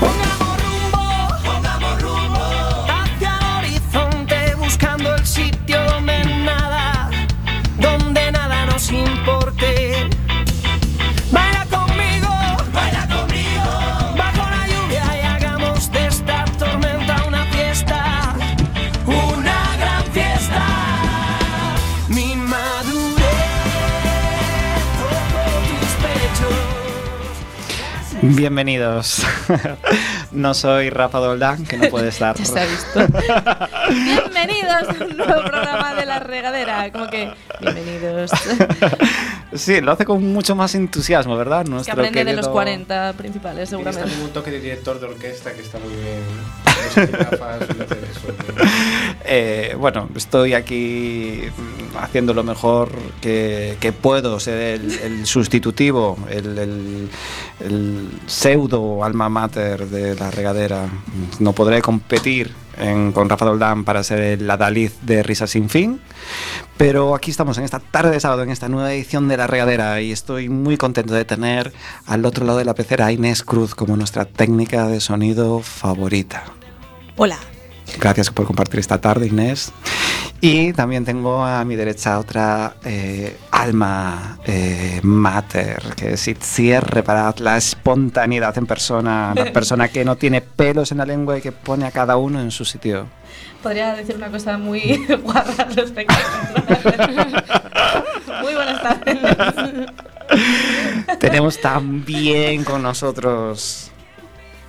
Pongamos rumbo, pongamos rumbo hacia el horizonte buscando el sitio donde nada, donde nada nos importe. Baila conmigo, baila conmigo bajo la lluvia y hagamos de esta tormenta una fiesta, una gran fiesta. Mi madurez tocó tus pechos. Bienvenidos. No soy Rafa Doldán, que no puede estar. Ya se ha visto. bienvenidos a un nuevo programa de la regadera. Como que, bienvenidos. Es Sí, lo hace con mucho más entusiasmo, ¿verdad? que Nuestro aprende de los querido- 40 principales, Tienes seguramente. también un toque de director de orquesta que está muy bien. No sé si Rafa suele hacer eso, pero- Eh, bueno, estoy aquí mm, haciendo lo mejor que, que puedo, ser el, el sustitutivo, el, el- el pseudo alma mater de la regadera. No podré competir en- con Rafa Doldán para ser el adalid de Risas Sin Fin, pero aquí estamos en esta tarde de sábado, en esta nueva edición de La Regadera, y estoy muy contento de tener al otro lado de la pecera a Inés Cruz como nuestra técnica de sonido favorita. Hola. Gracias por compartir esta tarde, Inés. Y también tengo a mi derecha otra eh, alma eh, mater, que es Itziar Reparad, la espontaneidad en persona, la persona que no tiene pelos en la lengua y que pone a cada uno en su sitio. Podría decir una cosa muy guarra al respecto. muy buenas tardes. Tenemos también con nosotros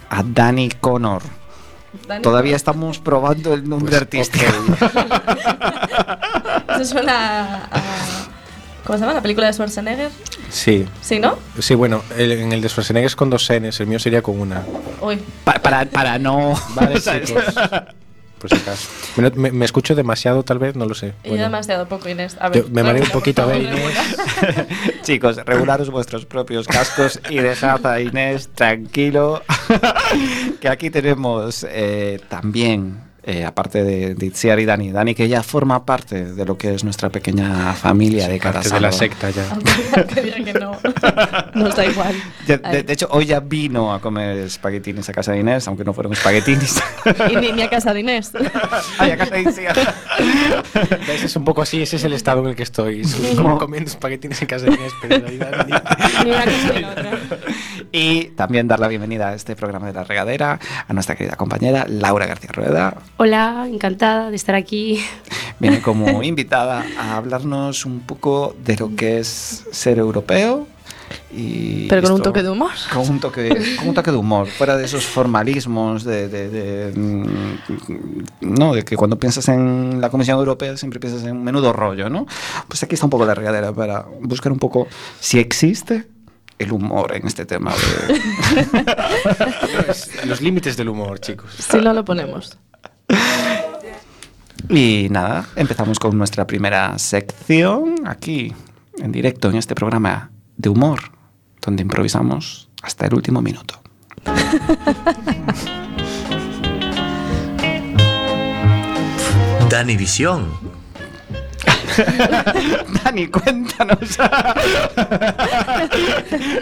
a Dani Connor. Dani, Todavía estamos probando el nombre artístico. Eso suena a... ¿Cómo se llama? ¿La película de Schwarzenegger? Sí. ¿Sí, no? Sí, bueno, el- en el de Schwarzenegger es con dos N's, el mío sería con una. Uy. Pa- para, para no... Vale, chicos. Por si acaso. Me, me- me escucho demasiado, tal vez, no lo sé. Y yo Bueno. demasiado poco, Inés. A Yo ver, me mareo un regula, poquito, a por ver, favor, Inés. regula. Chicos, regularos vuestros propios cascos y dejad a Inés tranquilo. que aquí tenemos eh, también, eh, aparte de, de Itziar y Dani, Dani que ya forma parte de lo que es nuestra pequeña familia de cada Parte de la sábado. secta ya. Aunque que diga que no. Nos da igual. Ya- De, Ay. de hecho, hoy ya vino a comer espaguetinis a casa de Inés, aunque no fueron espaguetinis. Y ni, ni a casa de Inés. Ay, a casa de Itziar. ¿Ves? Es un poco así, ese es el estado en el que estoy. Soy Como comiendo espaguetines en casa de Inés, pero en realidad ni- Ni una cosa ni la otra. y también dar la bienvenida a este programa de la regadera a nuestra querida compañera Laura García Rueda. Hola, encantada de estar aquí. viene como invitada a hablarnos un poco de lo que es ser europeo. Y Pero con un esto- toque de humor. Con un toque, con un toque de humor, fuera de esos formalismos de, de- de, mm, no, de que cuando piensas en la Comisión Europea siempre piensas en menudo rollo, ¿no? Pues aquí está un poco la regadera para buscar un poco si existe el humor en este tema. de- Los límites del humor, chicos. Si no lo ponemos. Y nada, empezamos con nuestra primera sección aquí, en directo, en este programa de humor, donde improvisamos hasta el último minuto. Dani Visión. Dani, cuéntanos.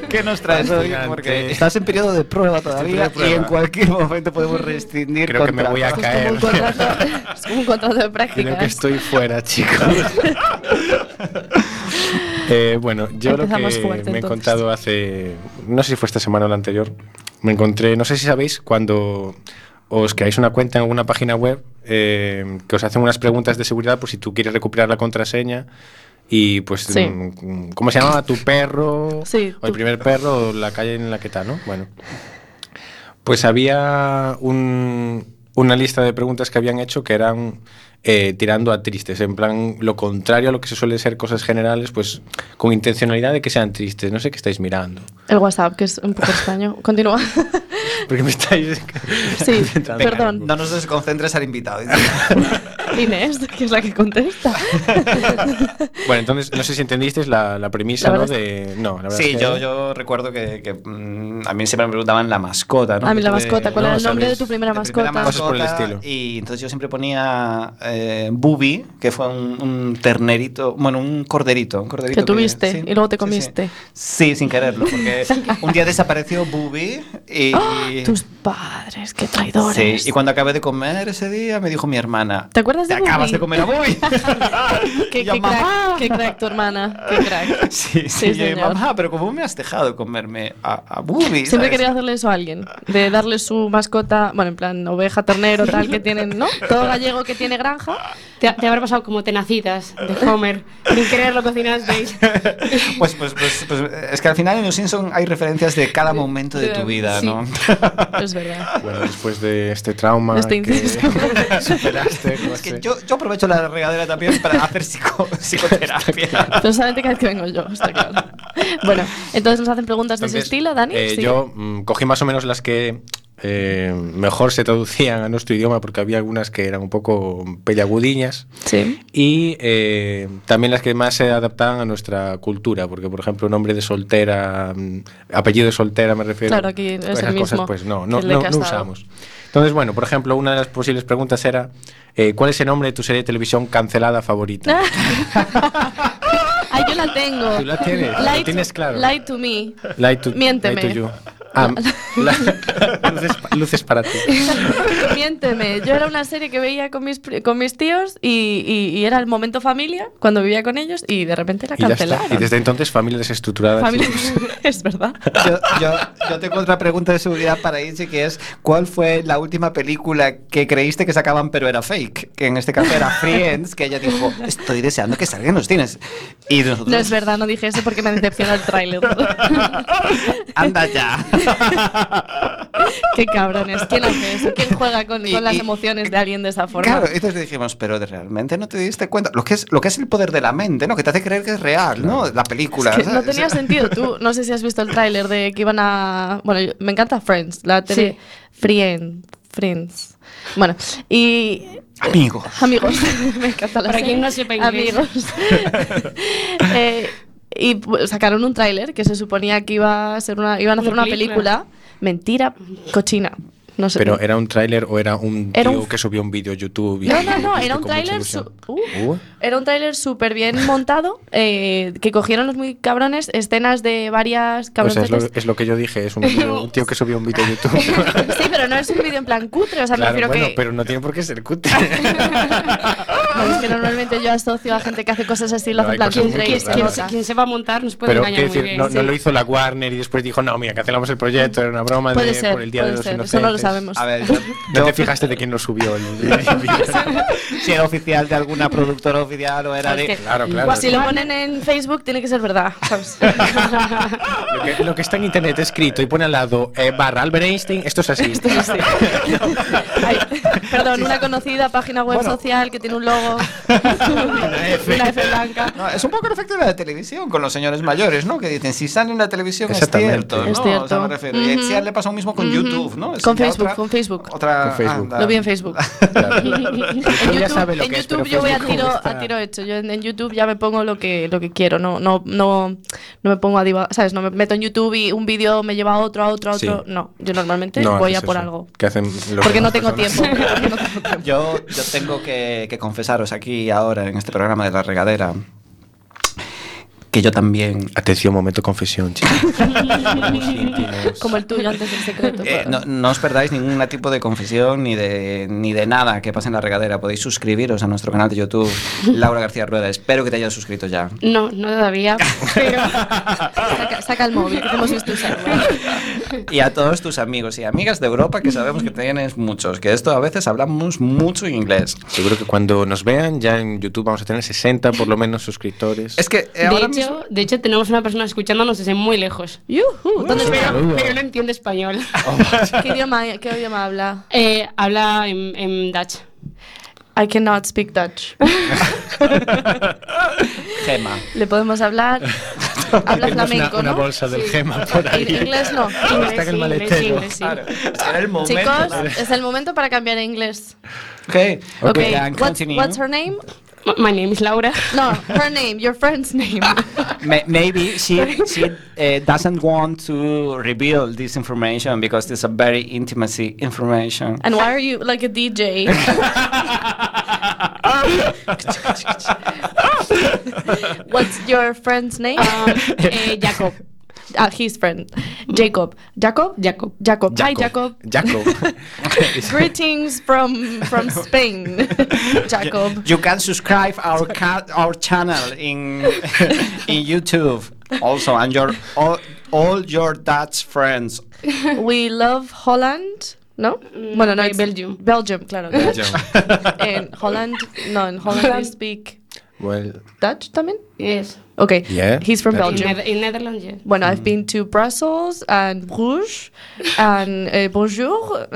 ¿Qué nos traes hoy? Porque Fascinante. estás en periodo de prueba todavía en periodo de y en prueba. cualquier momento podemos rescindir. Creo que me voy a contrato. Es como un Caer. contrato, es como un contrato de ¿eh? Creo que prácticas. estoy fuera, chicos. Eh, bueno, yo lo Empezamos que fuerte, me he entonces. encontrado hace, no sé si fue esta semana o la anterior, me encontré, no sé si sabéis, cuando os creáis una cuenta en alguna página web, eh, que os hacen unas preguntas de seguridad por si tú quieres recuperar la contraseña y pues, Sí. mm, ¿cómo se llamaba? ¿Tu perro? Sí, o el tu- primer perro o la calle en la que está, ¿no? Bueno. Pues había un- una lista de preguntas que habían hecho que eran eh, tirando a tristes, en plan lo contrario a lo que se suele ser cosas generales, pues con intencionalidad de que sean tristes. No sé qué estáis mirando. El WhatsApp, que es un poco extraño. Continúa. Porque me estáis. Sí, concentrando. perdón. No nos desconcentres al invitado. Inés, que es la que contesta. Bueno, entonces, no sé si entendisteis la, la premisa, La ¿no? verdad De, no, la verdad Sí, es que- yo, yo recuerdo que, que, mm, a mí siempre me preguntaban la mascota, ¿no? A mí la Que tuve- mascota, ¿cuál no, era el sabes, nombre de tu primera de primera mascota? Cosas por el mascota, estilo. Y entonces yo siempre ponía eh, Bubi, que fue un, un ternerito, bueno, un corderito. Un corderito Que tuviste sí, y luego te sí, comiste. Sí, Sí, sin quererlo, porque un día desapareció Bubi y... ¡Ah! Tus padres, qué Sí, traidores. y cuando acabé de comer ese día me dijo mi hermana, ¿Te acuerdas ¿te de Bubi? acabas de comer a Bubi? Qué, Y yo, qué "Mamá". crack, qué crack tu hermana, qué crack. Sí, sí, Sí, yo, señor. mamá, pero ¿cómo me has dejado comerme a, a Bubi? Siempre ¿sabes?". quería hacerle eso a alguien, de darle su mascota, bueno, en plan oveja, ternero, tal, que tienen, ¿no? Todo gallego que tiene granja. Te, te habrá pasado como tenacitas de Homer, sin querer lo cocinasteis. Pues, pues, pues, pues, es que al final en Los Simpson hay referencias de cada momento de tu vida, Sí. ¿no? Es verdad. Bueno, después de este trauma Este que inciso. superaste, pues, eh, no Es que sé. yo, yo aprovecho la regadera también para hacer psico- psicoterapia. Pero solamente cada vez que vengo yo, está claro. Bueno, entonces nos hacen preguntas de ese Entonces, estilo, Dani. eh, ¿sí? Yo mm, cogí más o menos las que eh, mejor se traducían a nuestro idioma porque había algunas que eran un poco pellagudiñas Sí. y eh, también las que más se adaptaban a nuestra cultura, porque por ejemplo nombre de soltera, mm, apellido de soltera me refiero, Claro, aquí es esas el cosas mismo pues que no, no, el de no- no casado. usamos. Entonces bueno, por ejemplo una de las posibles preguntas era eh, ¿cuál es el nombre de tu serie de televisión cancelada favorita? Ay, yo la tengo. Tú la tienes, la Lie to- tienes claro. Lie to me. Light to, Miénteme. Light to you. Ah, la- luces, pa- luces para ti. Miénteme. Yo era una serie que veía con mis, pri- con mis tíos y, y- y era el momento familia cuando vivía con ellos y de repente la Y ya está. cancelaron. Y desde entonces, familia desestructurada. Familia- es verdad. Yo, yo, yo tengo otra pregunta de seguridad para Itzi que es ¿cuál fue la última película que creíste que sacaban pero era fake? Que en este caso era Friends, que ella dijo, estoy deseando que salgan los cines. Y nosotros, No es verdad, no dije eso porque me decepcionó el tráiler. anda ya. Qué cabrones. ¿Quién hace eso? ¿Quién juega con, Y- con las y- emociones de alguien de esa forma? Claro, entonces dijimos, pero de- realmente no te diste cuenta. Lo que, es, lo que es el poder de la mente, ¿no? Que te hace creer que es real, ¿no? La película. Que no ¿sabes? tenía sentido. Tú, no sé si has visto el tráiler de que iban a... Bueno, yo- me encanta Friends, la tele... Friends. Friends. Bueno, y... Amigos. Amigos. me encanta la Para serie. quien no sepa inglés. Amigos. Eh, y pues, sacaron un tráiler que se suponía que iba a ser una, iban a Una hacer una película. película. Mentira cochina. No sé. Pero era un tráiler o era un Era tío un- que subió un vídeo a YouTube. y- No, no, no, y era un con mucha tráiler ilusión. su- uh. Era un tráiler súper bien montado, eh, que cogieron los muy cabrones escenas de varias O sea, cabrones. es lo, es lo que yo dije, es un, tío, un tío que subió un vídeo a YouTube. sí, pero no es un vídeo en plan cutre, o sea, Claro, me refiero bueno, que... pero no tiene por qué ser cutre. Bueno, es que normalmente yo asocio a gente que hace cosas así, lo hace No, hay en plan cosas muy cutre y Quien, se raras. quien nota. se- quien se va a montar nos puede Pero engañar quiero muy decir, bien. no, no sí. lo hizo la Warner y después dijo, no, mira, cancelamos el proyecto, era una broma Puede de- ser, por el Día de puede los ser, Inocentes. eso no lo sabemos. A ver, yo, No te yo- fijaste de quién lo subió el vídeo. si era oficial de alguna productora oficial o era ¿Sabes de... qué? Claro, claro. Guau, si lo ponen en Facebook tiene que ser verdad, ¿sabes? Lo que, lo que está en internet escrito y pone al lado eh, barra Albert Einstein, esto es así. Ay, perdón, una conocida página web social que tiene un logo, una F. blanca. No, es un poco el efecto de la televisión con los señores mayores, ¿no? Que dicen, si sale en la televisión es Exactamente. cierto, ¿no? Es O sea, cierto. me refiero. Y a Itziar le pasa lo mismo con YouTube, ¿no? Es Con ya Facebook, con Facebook. Otra, Con Facebook. anda. Lo vi en Facebook. en YouTube, sabe lo en que es, YouTube pero yo voy a Facebook tiro, está- a tiro hecho. Yo en, en YouTube ya me pongo lo que, lo que quiero. No, no, no, no me pongo a divagar. ¿Sabes? No me meto en YouTube y un vídeo me lleva a otro, a otro, a Sí. otro. No, yo normalmente No voy a haces por eso. algo. ¿Qué hacen los Porque no tengo demás personas? tiempo. porque no tengo tiempo. Yo, yo tengo que, que confesaros aquí ahora en este programa de La Regadera que yo también... Atención, momento confesión, chicos. Como el tuyo antes del secreto. Eh, no, no os perdáis ningún tipo de confesión ni de, ni de nada que pase en la regadera. Podéis suscribiros a nuestro canal de YouTube, Laura García Rueda. Espero que te hayas suscrito ya. No, no todavía, pero Saca, saca el móvil, que te hemos visto usarlo. Y a todos tus amigos y amigas de Europa, que sabemos que tienes muchos, que esto a veces hablamos mucho inglés. Seguro que cuando nos vean, ya en YouTube vamos a tener 60 por lo menos suscriptores. Es que eh, de ahora hecho, mismo- de hecho tenemos una persona escuchándonos desde muy lejos. Yujú, ¿dónde Un está? saludo. Pero no entiende español. ¿Qué idioma, ¿Qué idioma habla? Eh, habla en, en Dutch. I cannot speak Dutch. Gema. Le podemos hablar Habla Tenemos una- flamenco, Una ¿no? bolsa del gema por ahí. In- Inglés no. Ahora está en el Inglés, sí, maletero. inglés, sí. Era el momento. Chicos, es el momento para cambiar a inglés. Okay. Ok, we can What's, continue. what's her name? M- My name is Laura. No, her name, your friend's name. Ma- Maybe she, she uh, doesn't want to reveal this information because it's a very intimacy information. And why are you like a DJ? What's your friend's name? Um, eh, Jacob. Ah, his friend, Jacob. Jacob. Jacob. Jacob. Hi, Jacob. Jacob. Greetings from from Spain, Jacob. You can subscribe our ca- our channel in in YouTube also and your all, all your Dutch friends. We love Holland. No, bueno, no, eh, it's Belgium. Belgium, claro. Belgium. En Holland, no, in Holland they Holland. speak Well, Dutch también. Yes. Okay, Yeah, he's from that's- In, Belgium. Nether- in Netherlands, yes. Bueno, Mm. I've been to Brussels and Bruges and eh, bonjour.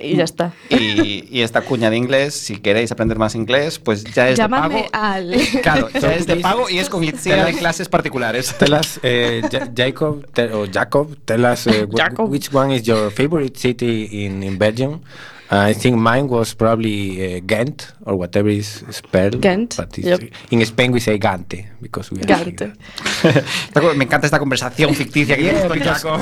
y ya está. Y, y esta cuña de inglés, si queréis aprender más inglés, pues ya es Llámame de pago. al. Claro, ya es de pago y es con de clases particulares. tell us, eh, Ja- Jacob, te- or Jacob, tell us eh, wh- Jacob. which one is your favorite city in, in Belgium. Uh, I think mine was probably eh, Ghent or whatever is spelled. Ghent, but yep. it's- In Spain we say Gante because we are Gante. Esta co- Me encanta esta conversación ficticia que tienes con Jacob.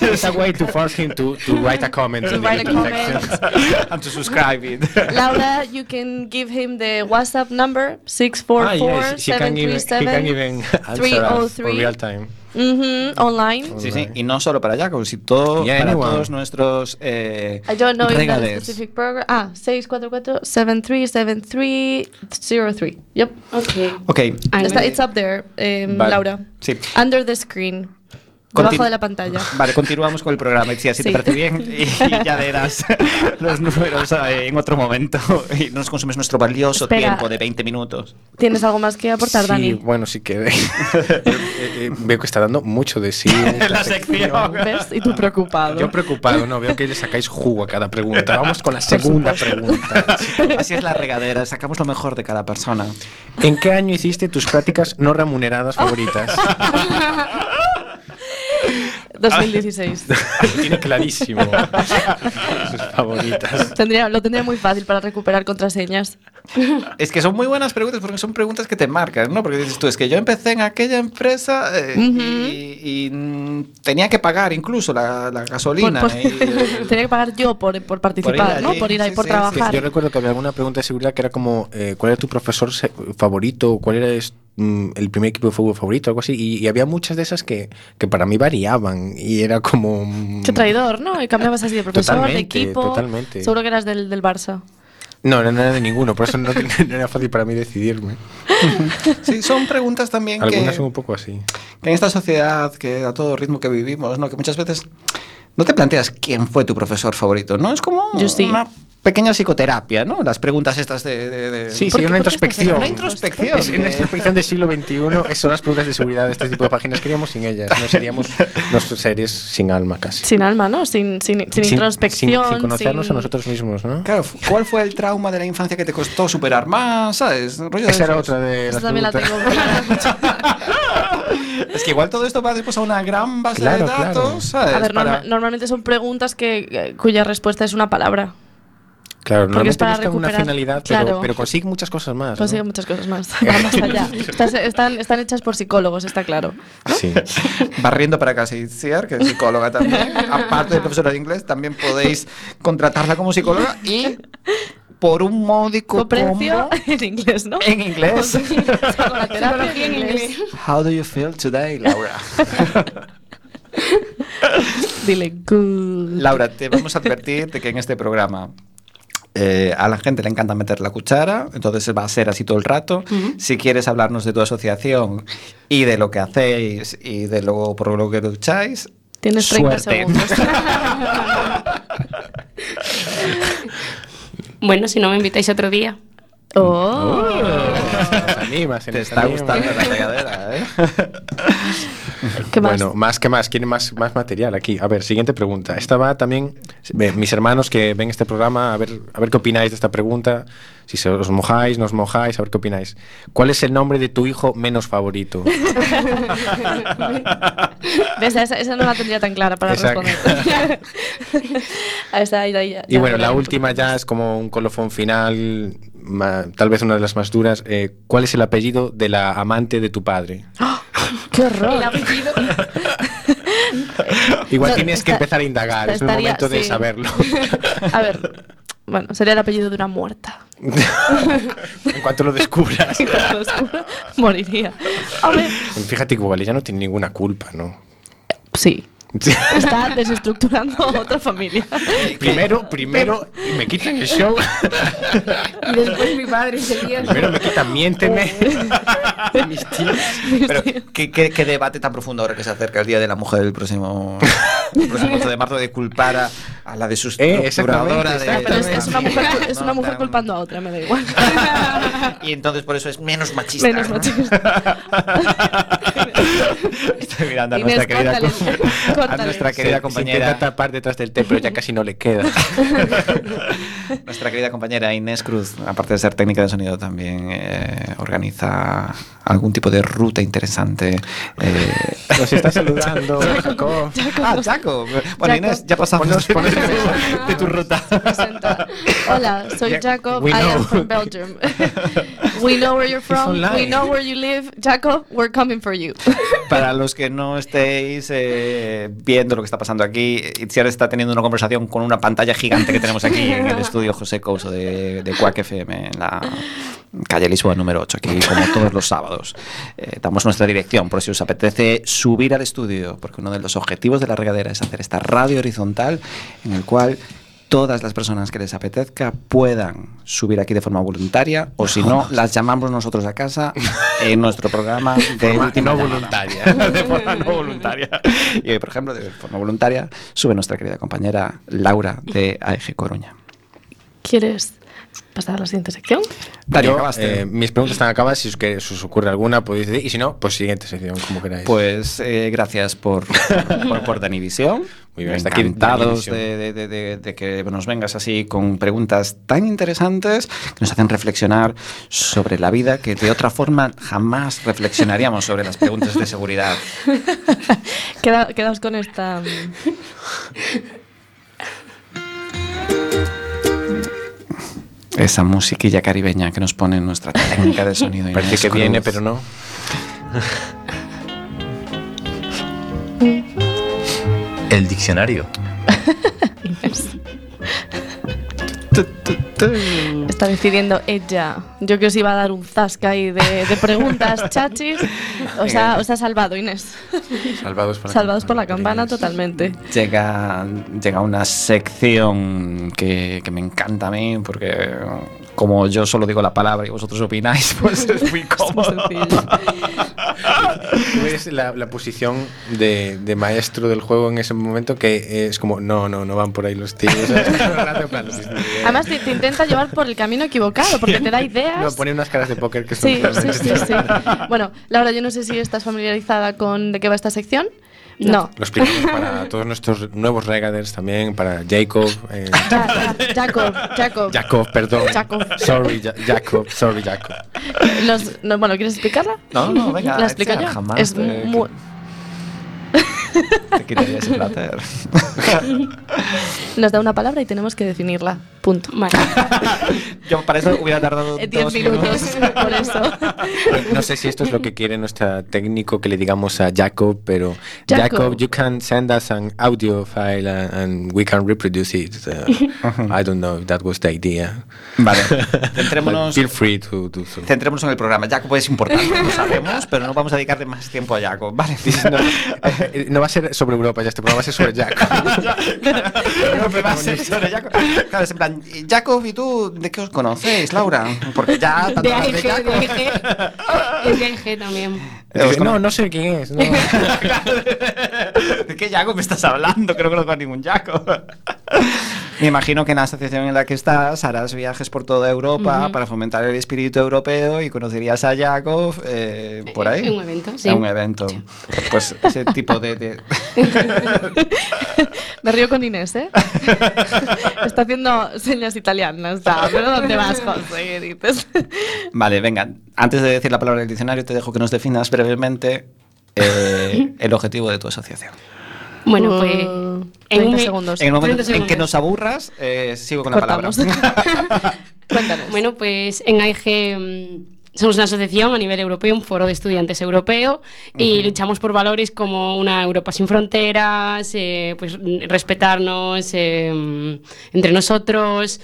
It's a way to force him to, to write a comment. To in the write a YouTube comment. section. And to subscribe it. Laura, you can give him the WhatsApp number Ah, yes, she can even, he can 644-737-303 even answer us for real time. Mhm, oh online. Sí, sí, y no solo para Jacob, sino todo, Yeah, para anyone. todos nuestros eh, I don't know if that regaders. specific program. Ah, 644-737303. Yep. Okay. Ok, I'm Está- ready. it's up there, em, Vale. Laura. sí. Under the screen. Continu- Debajo de la pantalla. Vale, continuamos con el programa, Itzia, si Sí. te parece bien. Y, y ya verás los números eh, en otro momento. Y nos consumes nuestro valioso Espera. tiempo de 20 minutos. ¿Tienes algo más que aportar, sí, Dani? bueno, sí que... eh, eh, veo que está dando mucho de sí. en esta sección. ¿Ves? Y tú preocupado. Yo preocupado, no, veo que le sacáis jugo a cada pregunta. Vamos con la segunda pregunta. Así es la regadera, sacamos lo mejor de cada persona. ¿En qué año hiciste tus prácticas no remuneradas favoritas? 2016. Lo Tiene clarísimo. Sus favoritas. Tendría, lo tendría muy fácil para recuperar contraseñas. Es que son muy buenas preguntas porque son preguntas que te marcan, ¿no? Porque dices tú, es que yo empecé en aquella empresa eh, Ujú. y, y, mm, tenía que pagar incluso la, la gasolina. Por- por- y el- tenía que pagar yo por, por participar, allí, ¿no? Por ir ahí, ¿eh? sí, por sí, Que trabajar. Yo recuerdo que había alguna pregunta de seguridad que era como, eh, ¿cuál era tu profesor se- favorito? ¿Cuál era es- mm, el primer equipo de fútbol favorito? Algo así. Y, y había muchas de esas que, que para mí variaban. Y era como... mm, Qué traidor, ¿no? Y cambiabas así de profesor, de Totalmente, equipo. totalmente. Seguro que eras del, del Barça. No, no, no era de ninguno. Por eso no, no era fácil para mí decidirme. Sí, son preguntas también que, Algunas son un poco así. que en esta sociedad, que a todo ritmo que vivimos, ¿no? Que muchas veces no te planteas quién fue tu profesor favorito, ¿no? Es como Yo sí. una pequeña psicoterapia, ¿no? Las preguntas estas de... de- de- Sí, ¿Por qué- sí, una por qué estás introspección. haciendo Una introspección. Es una introspección del siglo XXI. Son las preguntas de seguridad de este tipo de páginas. que iríamos sin ellas. No seríamos nuestros seres sin alma casi. Sin alma, ¿no? Sin, sin, sin, introspección. Sin, sin conocernos sin- a nosotros mismos, ¿no? Claro, ¿cuál fue el trauma de la infancia que te costó superar más? ¿Sabes? Rollo de Esa era esos. otra de Esa las también la preguntas. tengo. clara. Es que igual todo esto va después a una gran base Claro, de datos, claro. ¿sabes? A ver, Para- norma- normalmente son preguntas que, eh, cuya respuesta es una palabra. Claro, Porque es normalmente para buscan una recuperar- finalidad, pero, claro. pero consigue muchas cosas más. ¿no? Consigue Pues muchas cosas más. Va más allá. Estas- están, están hechas por psicólogos, está claro. Sí. Barriendo para casa Itziar, que es psicóloga también, aparte de profesora de inglés, también podéis contratarla como psicóloga y por un módico Coprecio combo en inglés, ¿no? en inglés. Con la terapia Psicología en inglés. How do you feel today, Laura? Dile good. Laura, te vamos a advertir de que en este programa eh, a la gente le encanta meter la cuchara, entonces va a ser así todo el rato. Si quieres hablarnos de tu asociación y de lo que hacéis y de lo por lo que lucháis, Tienes 30 Suerte. segundos. Bueno, si no me invitáis otro día. Oh. Nos animas, se te nos está anima. gustando la regadera, ¿eh? ¿Qué más? Bueno, más que más, quieren más, más material aquí. A ver, siguiente pregunta. Esta va también, ve, mis hermanos que ven este programa, a ver, a ver qué opináis de esta pregunta. Si se os mojáis, no os mojáis, a ver qué opináis. ¿Cuál es el nombre de tu hijo menos favorito? ¿Ves? Esa, esa no la tendría tan clara para Exacto. responder. A esa ahí, ahí, ya- Y ya bueno, me la un última poquito. ya es como un colofón final, ma- tal vez una de las más duras. Eh, ¿Cuál es el apellido de la amante de tu padre? ¡Qué horror! El apellido. Igual No, tienes que está- empezar a indagar, es el estaría- momento de sí. saberlo. A ver, bueno, sería el apellido de una muerta. en cuanto lo descubras. Cuando descubra, Moriría. A ver, Fíjate que igual ella no tiene ninguna culpa, ¿no? sí, está desestructurando a otra familia. primero, primero me quitan el show, Y después mi padre se lía. primero me quitan miénteme. Mis tíos. Pero, ¿qué, qué, qué debate tan profundo ahora que se acerca el Día de la Mujer el próximo, el próximo 8 de marzo de culpar a, a la Eh, exactamente, desestructuradora exactamente. Pero es, es una mujer, cul- es No, una mujer tan- culpando a otra, me da igual. Y entonces por eso es menos machista. Menos mal, chicos. Estoy mirando a Inés, nuestra querida, córtale, com- a córtale. nuestra querida compañera. intenta tapar detrás del té, pero ya casi no le queda. Nuestra querida compañera Inés Cruz, aparte de ser técnica de sonido, también eh, organiza algún tipo de ruta interesante. eh. Nos está saludando, Jacob. Ah, Chaco. Bueno, Chaco. Inés, ya pasamos Ponos- ponos- de, de tu ruta. Presenta. Hola, soy Yeah, Jacob. we I am know. from Belgium. we know where you're from. We online. know where you live. Jacob, we're coming for you. Para los que no estéis eh, viendo lo que está pasando aquí, Itziar está teniendo una conversación con una pantalla gigante que tenemos aquí en el estudio José Couso de, de Quack FM en la calle Lisboa número 8, aquí como todos los sábados. Eh, damos nuestra dirección por si os apetece subir al estudio, porque uno de los objetivos de la regadera es hacer esta radio horizontal en el cual todas las personas que les apetezca puedan subir aquí de forma voluntaria o si no, las llamamos nosotros a casa en nuestro programa de última no llamada. voluntaria. de forma no voluntaria. Y hoy, por ejemplo, de forma voluntaria, sube nuestra querida compañera Laura de AEG Coruña. ¿Quieres pasar a la siguiente sección? Darío, Yo, acabaste. eh, mis preguntas están acabadas. Si os, que- si os ocurre alguna, podéis decir. Y si no, pues siguiente sección, como queráis. Pues eh, gracias por, por, por Danivisión. Muy bien, hasta aquí Encantados Danivisión. de, de- de- de- de que nos vengas así con preguntas tan interesantes que nos hacen reflexionar sobre la vida que de otra forma jamás reflexionaríamos sobre las preguntas de seguridad. Queda- quedaos con esta. mm, Esa musiquilla caribeña que nos pone nuestra técnica de sonido. Parece Inés que viene, Cruz. pero no. El diccionario. Está decidiendo ella. Yo que os iba a dar un zasca ahí de, de preguntas chachis. Os ha, os ha salvado, Inés. Salvados por la Salvados por la campana, campana queridos. totalmente. Llega, llega una sección que, que me encanta a mí, porque como yo solo digo la palabra y vosotros opináis, pues es muy Muy cómodo. sencillo. Tú eres la, la posición de, de maestro del juego en ese momento que es como, no, no, no van por ahí los tíos. ¿sabes? Todo el rato, en plan, Además, te, te intenta llevar por el camino equivocado porque te da ideas. No, pone unas caras de póker que son Sí, sí, sí, sí. Bueno, Laura, yo no sé si estás familiarizada con de qué va esta sección. No. Lo explicamos para todos nuestros nuevos regaders también, para Jacob. eh, Ja- ja- Jacob, Jacob. Jacob, perdón. Jacob. Sorry, Ja- Jacob, sorry, Jacob. Nos- no, bueno, ¿quieres explicarla? No, no, venga, La explico Itziar, yo. jamás es te- mu- Te quitaría ese placer. Nos da una palabra y tenemos que definirla. Punto. Vale. Yo para eso hubiera tardado Eh, Diez dos minutos, por eso. No sé si esto es lo que quiere nuestra técnico que le digamos a Jacob, pero Jacob. Jacob, you can send us an audio file and, and we can reproduce it. Uh, I don't know if that was the idea. Vale, But centrémonos, feel free to do so. centrémonos en el programa. Jacob es importante, lo sabemos, pero no vamos a dedicarle más tiempo a Jacob. Vale, No, eh, no va a ser sobre Europa ya este programa, va a ser sobre Jacob. Creo que va a ser sobre Jacob. Claro, es en plan, Jacob, ¿y tú de qué os conocéis, Laura? Porque ya tanto De hablas AIG, de Jacob. AIG. Es de AIG también. Os cono- no, no sé quién es. no. ¿De qué Jacob me estás hablando? Creo que no conozco a ningún Jacob. Me imagino que en la asociación en la que estás harás viajes por toda Europa Ujú. para fomentar el espíritu europeo y conocerías a Yakov eh, por ahí. En un evento, sí. En un evento. Pues ese tipo de... de- Me río con Inés, ¿eh? Está haciendo señas italianas. ya, ¿Pero dónde vas, José? Dices. Vale, venga. Antes de decir la palabra del diccionario, te dejo que nos definas brevemente eh, el objetivo de tu asociación. Bueno, Uh, pues. En 30 un- segundos. En el momento 30 en que segundos. nos aburras, eh, sigo con Cortamos. la palabra. Cuéntanos. Bueno, pues en AIG mm, somos una asociación a nivel europeo, un foro de estudiantes europeo y luchamos por valores como una Europa sin fronteras, eh, pues mm, respetarnos eh, mm, entre nosotros,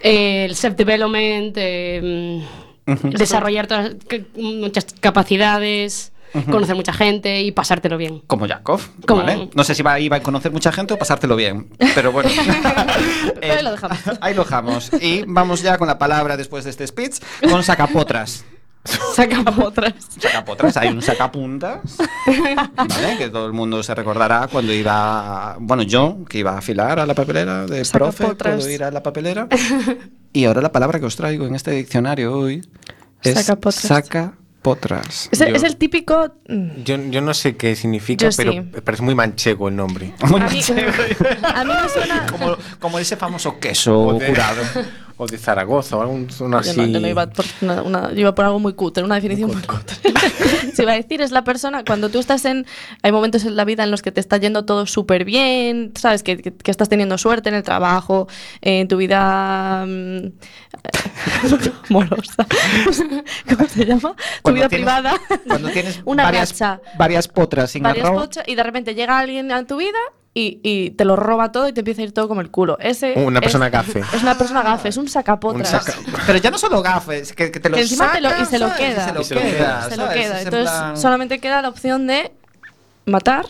eh, el self-development, eh, mm, desarrollar todas- que- muchas capacidades, conocer mucha gente y pasártelo bien. Como Yakov, Como- ¿vale? No sé si va, iba a conocer mucha gente o pasártelo bien, pero bueno. Eh, Ahí lo dejamos. Ahí lo dejamos. Y vamos ya con la palabra después de este speech, con sacapotras. Sacamos otras. Sacapotras, hay un sacapuntas, ¿vale? Que todo el mundo se recordará cuando iba, a- bueno, yo, que iba a afilar a la papelera de profe, Sacapotras. puedo ir a la papelera. Y ahora la palabra que os traigo en este diccionario hoy es Sacapotras. sacapotras. Es, el- Yo- es el típico. mm, Yo, yo no sé qué significa, Yo pero sí. parece muy manchego el nombre. Muy A mí, a mí me suena. como, como ese famoso queso O de- curado. O de Zaragoza o algún una Yo así. no, yo no iba por una- una- yo iba por algo muy cutre, una definición muy cutre. Se iba a decir, es la persona, cuando tú estás en. Hay momentos en la vida en los que te está yendo todo súper bien, sabes que, que- que estás teniendo suerte en el trabajo, eh, en tu vida. mm, amorosa. ¿Cómo se llama? Tu Cuando tienes- vida privada. Cuando tienes una varias, racha. varias potras sin varias arroz. pochas y de repente llega alguien a tu vida y, y te lo roba todo y te empieza a ir todo como el culo. Ese Una es- persona gafe. Es una persona gafe, es un sacapotras. Un saca- Pero ya no solo gafes, que, que te lo Que encima te lo- y sacas, se lo ¿sabes? queda. Y Y se se lo lo queda. se lo ¿sabes? queda. Es en Entonces plan- solamente queda la opción de matar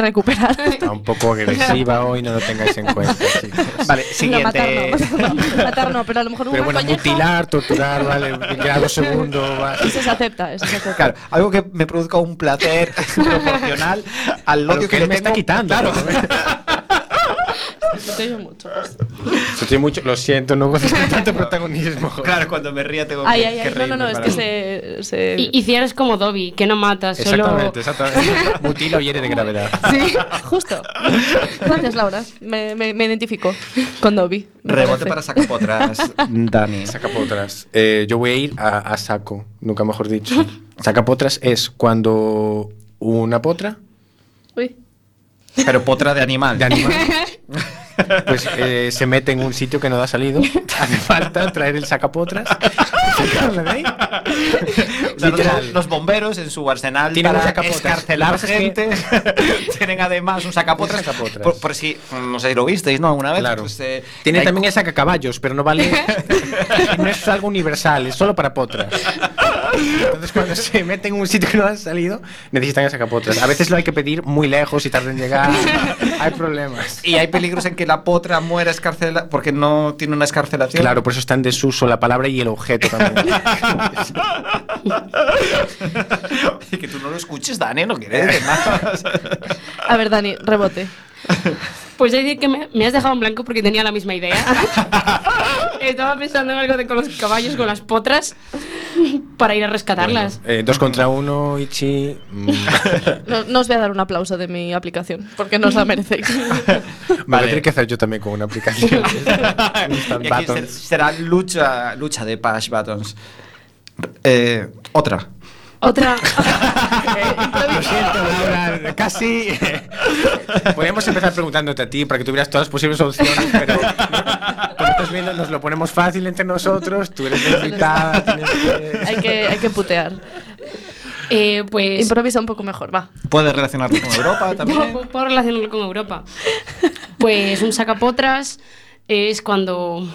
recuperar. Está un poco agresiva hoy, no lo tengáis en cuenta. chicos. Vale, siguiente. No, matar no. matar no, pero a lo mejor Pero una bueno, colleja- mutilar, torturar, vale, grado segundo. va. Eso se acepta, eso se acepta. Claro, algo que me produzca un placer proporcional al A lo odio que, que le él me está tengo. quitando. Claro. Te oigo mucho. pues. Estoy mucho, lo siento, no gozo de tanto protagonismo. Claro, cuando me ría tengo Ay, que, ay, que ay. No, reírme, no, no, es claro. que se. se- Y, y si eres como Dobby, que no matas, solo... Exactamente, exactamente. Mutila o hiere de gravedad. Sí, justo. Gracias, Laura. Me, me- me identifico con Dobby. me Rebote parece. para sacapotras, Dani. Sacapotras. Eh, yo voy a ir a, a saco, nunca mejor dicho. Sacapotras es cuando una potra, Uy. Pero potra de animal. de animal, pues eh, se mete en un sitio que no da salido. Hace falta traer el sacapotras. sacarla de ahí. O sea, los- Literal. Los bomberos en su arsenal Tienen un para sacapotras. escarcelar Lo que pasa es gente tienen además un sacapotras. Un sacapotras. Por, por si, no sé si lo visteis, ¿no? Alguna vez. Claro. pues, eh, Tiene hay- también el sacacaballos, pero no vale. no es algo universal, es solo para potras. Entonces, cuando se meten en un sitio que no han salido, necesitan el sacapotras. A veces lo hay que pedir muy lejos y tarda en llegar. hay problemas. Y hay peligros en que la potra muera escarcelada porque no tiene una escarcelación. Claro, por eso está en desuso la palabra y el objeto también. Y que tú no lo escuches, Dani, no quiere decir nada. A ver, Dani, rebote. Pues he de decir que me, me has dejado en blanco porque tenía la misma idea. Estaba pensando en algo de con los caballos, con las potras, para ir a rescatarlas. Eh, dos contra uno, Ichi. Mm. No, no os voy a dar un aplauso de mi aplicación, porque no os la merecéis. Me voy Vale. a tener que hacer yo también con una aplicación. Instant Y aquí ser- buttons. será lucha, lucha de Pash Buttons. Eh, otra. Otra. Lo siento, Laura, casi. Podríamos empezar preguntándote a ti para que tuvieras todas las posibles opciones, pero como estás viendo, nos lo ponemos fácil entre nosotros. Tú eres la invitada. tienes que- Hay que, hay que putear. Eh, pues. Improvisa un poco mejor, va. Puedes relacionarte con Europa también. Puedo, puedo relacionarlo con Europa. Pues un sacapotras es cuando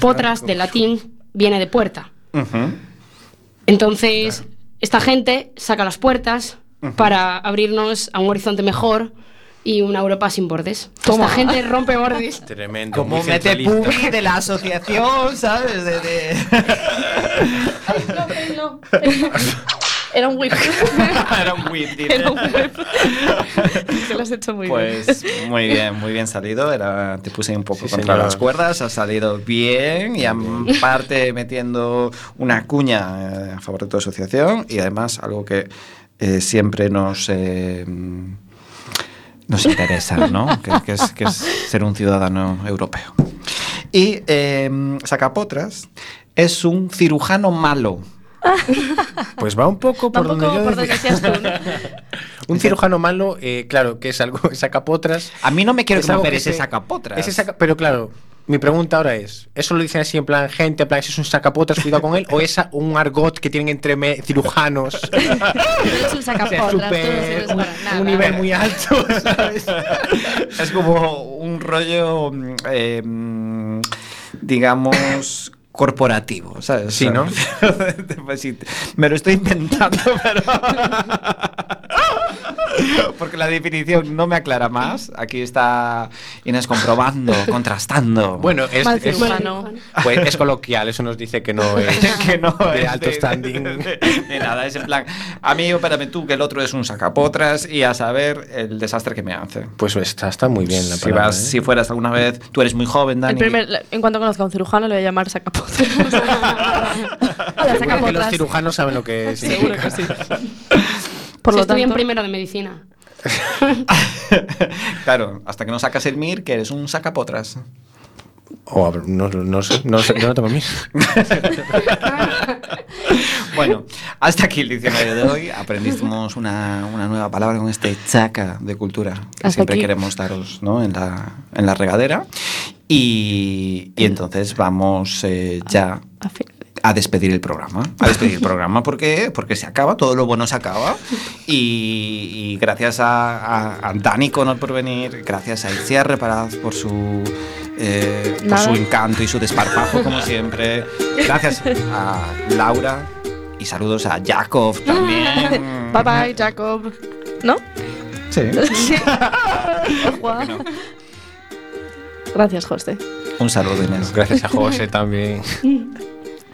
potras de latín viene de puerta. Ujú. Entonces, esta gente saca las puertas para abrirnos a un horizonte mejor y una Europa sin bordes. Toma. Esta gente rompe bordes. Tremendo. Como muy mete centralista. pubi de la asociación, ¿sabes? De, de- Era un whip. Era un whip, dice. Era un whip. Te lo has hecho muy bien. Pues muy bien, muy bien salido. Era, te puse un poco Sí, contra señora. las cuerdas, ha salido bien y aparte metiendo una cuña eh, a favor de tu asociación y además algo que eh, siempre nos... eh, nos interesa, ¿no? que, que es, que es ser un ciudadano europeo. Y eh, Sacapotras es un cirujano malo. Pues va un poco por Tampoco donde yo por decía. donde decías tú. ¿no? Un cirujano malo, eh, claro, que es algo, sacapotras. A mí no me quiero Es que algo me que ese se- Sacapotras. Ese saca- pero claro, mi pregunta ahora es, ¿eso lo dicen así en plan gente, en plan, ese es un sacapotras, cuidado con él? ¿O es a- un argot que tienen entre me- cirujanos? Eres un O sea, sacaporras, tú no súper- sirves un, para nada. un nivel muy alto, ¿sabes? Es como un rollo, mm, eh, mm, digamos, corporativo, ¿sabes? Sí, ¿no? Pues sí, Me lo estoy inventando, pero... Porque la definición no me aclara más. Aquí está Inés comprobando, contrastando. Bueno, es, Mal es- cirujano. pues, es coloquial, eso nos dice que no es que no de es alto standing. de- de nada, es en plan, amigo, espérame tú, que el otro es un sacapotras y a saber el desastre que me hace. Pues está, está muy bien la si, palabra, vas, ¿eh? si fueras alguna vez, tú eres muy joven, Dani. El primer, la- en cuanto conozca a un cirujano, le voy a llamar sacapotas. Hola, Seguro que los sacapotas. cirujanos saben lo que Seguro significa. que sí. Por Se lo estudia en tanto, primero de medicina. claro, hasta que no sacas el MIR, que eres un sacapotras. O abro- no, no sé, no sé, yo no tengo mis. Bueno, hasta aquí el diccionario de hoy. Aprendimos una, una nueva palabra con este chaca de cultura que Hasta siempre aquí. queremos daros ¿no? en, la, en la regadera. Y, y entonces vamos eh, ya a fin- a despedir el programa. A despedir el programa porque, porque se acaba, todo lo bueno se acaba. Y, y gracias a, a- a Dani Conor por venir, gracias a Itziar Reparaz por su, eh, por Nada. su encanto y su desparpajo, como siempre. Gracias a Laura y saludos a Jacob también. Mm. Bye bye, Jacob. ¿No? Sí. Sí. Guau. Gracias, José. Un saludo, Inés. Gracias a José también.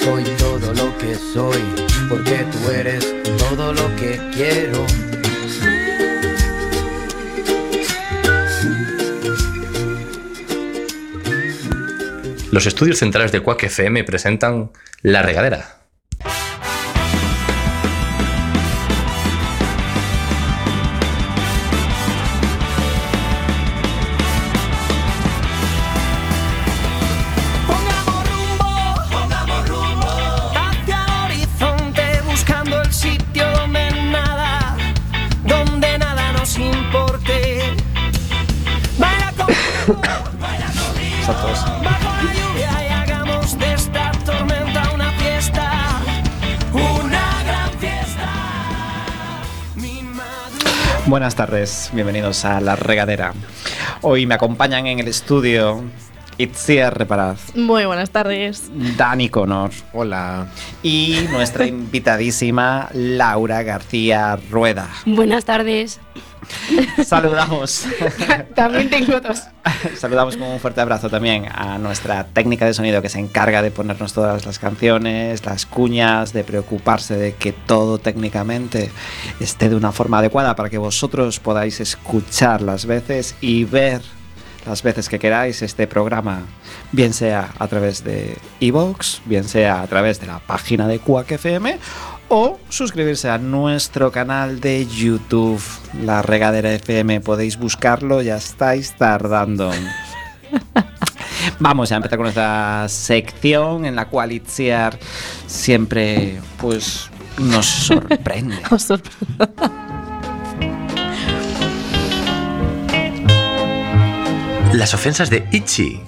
Soy todo lo que soy, porque tú eres todo lo que quiero. Los estudios centrales de Quack FM presentan La Regadera. Pongamos rumbo, pongamos rumbo hacia el horizonte buscando el sitio donde nada, donde nada nos importe. Baila conmigo, baila conmigo, bajo la lluvia y hagamos de esta tormenta una fiesta, una gran fiesta. Mi madre. Buenas tardes, bienvenidos a La Regadera. Hoy me acompañan en el estudio Itziar Reparaz, Muy buenas tardes. Dani Conor Hola. y nuestra invitadísima Laura García Rueda. Buenas tardes. Saludamos. También tengo dos. Saludamos con un fuerte abrazo también a nuestra técnica de sonido que se encarga de ponernos todas las canciones, las cuñas, de preocuparse de que todo técnicamente esté de una forma adecuada para que vosotros podáis escuchar las veces y ver las veces que queráis este programa, bien sea a través de iVoox, bien sea a través de la página de Quack FM o suscribirse a nuestro canal de YouTube, La Regadera FM. Podéis buscarlo, ya estáis tardando. Vamos a empezar con nuestra sección en la cual Itziar siempre pues nos sorprende. Os sorpre- Las ofensas de Ichi.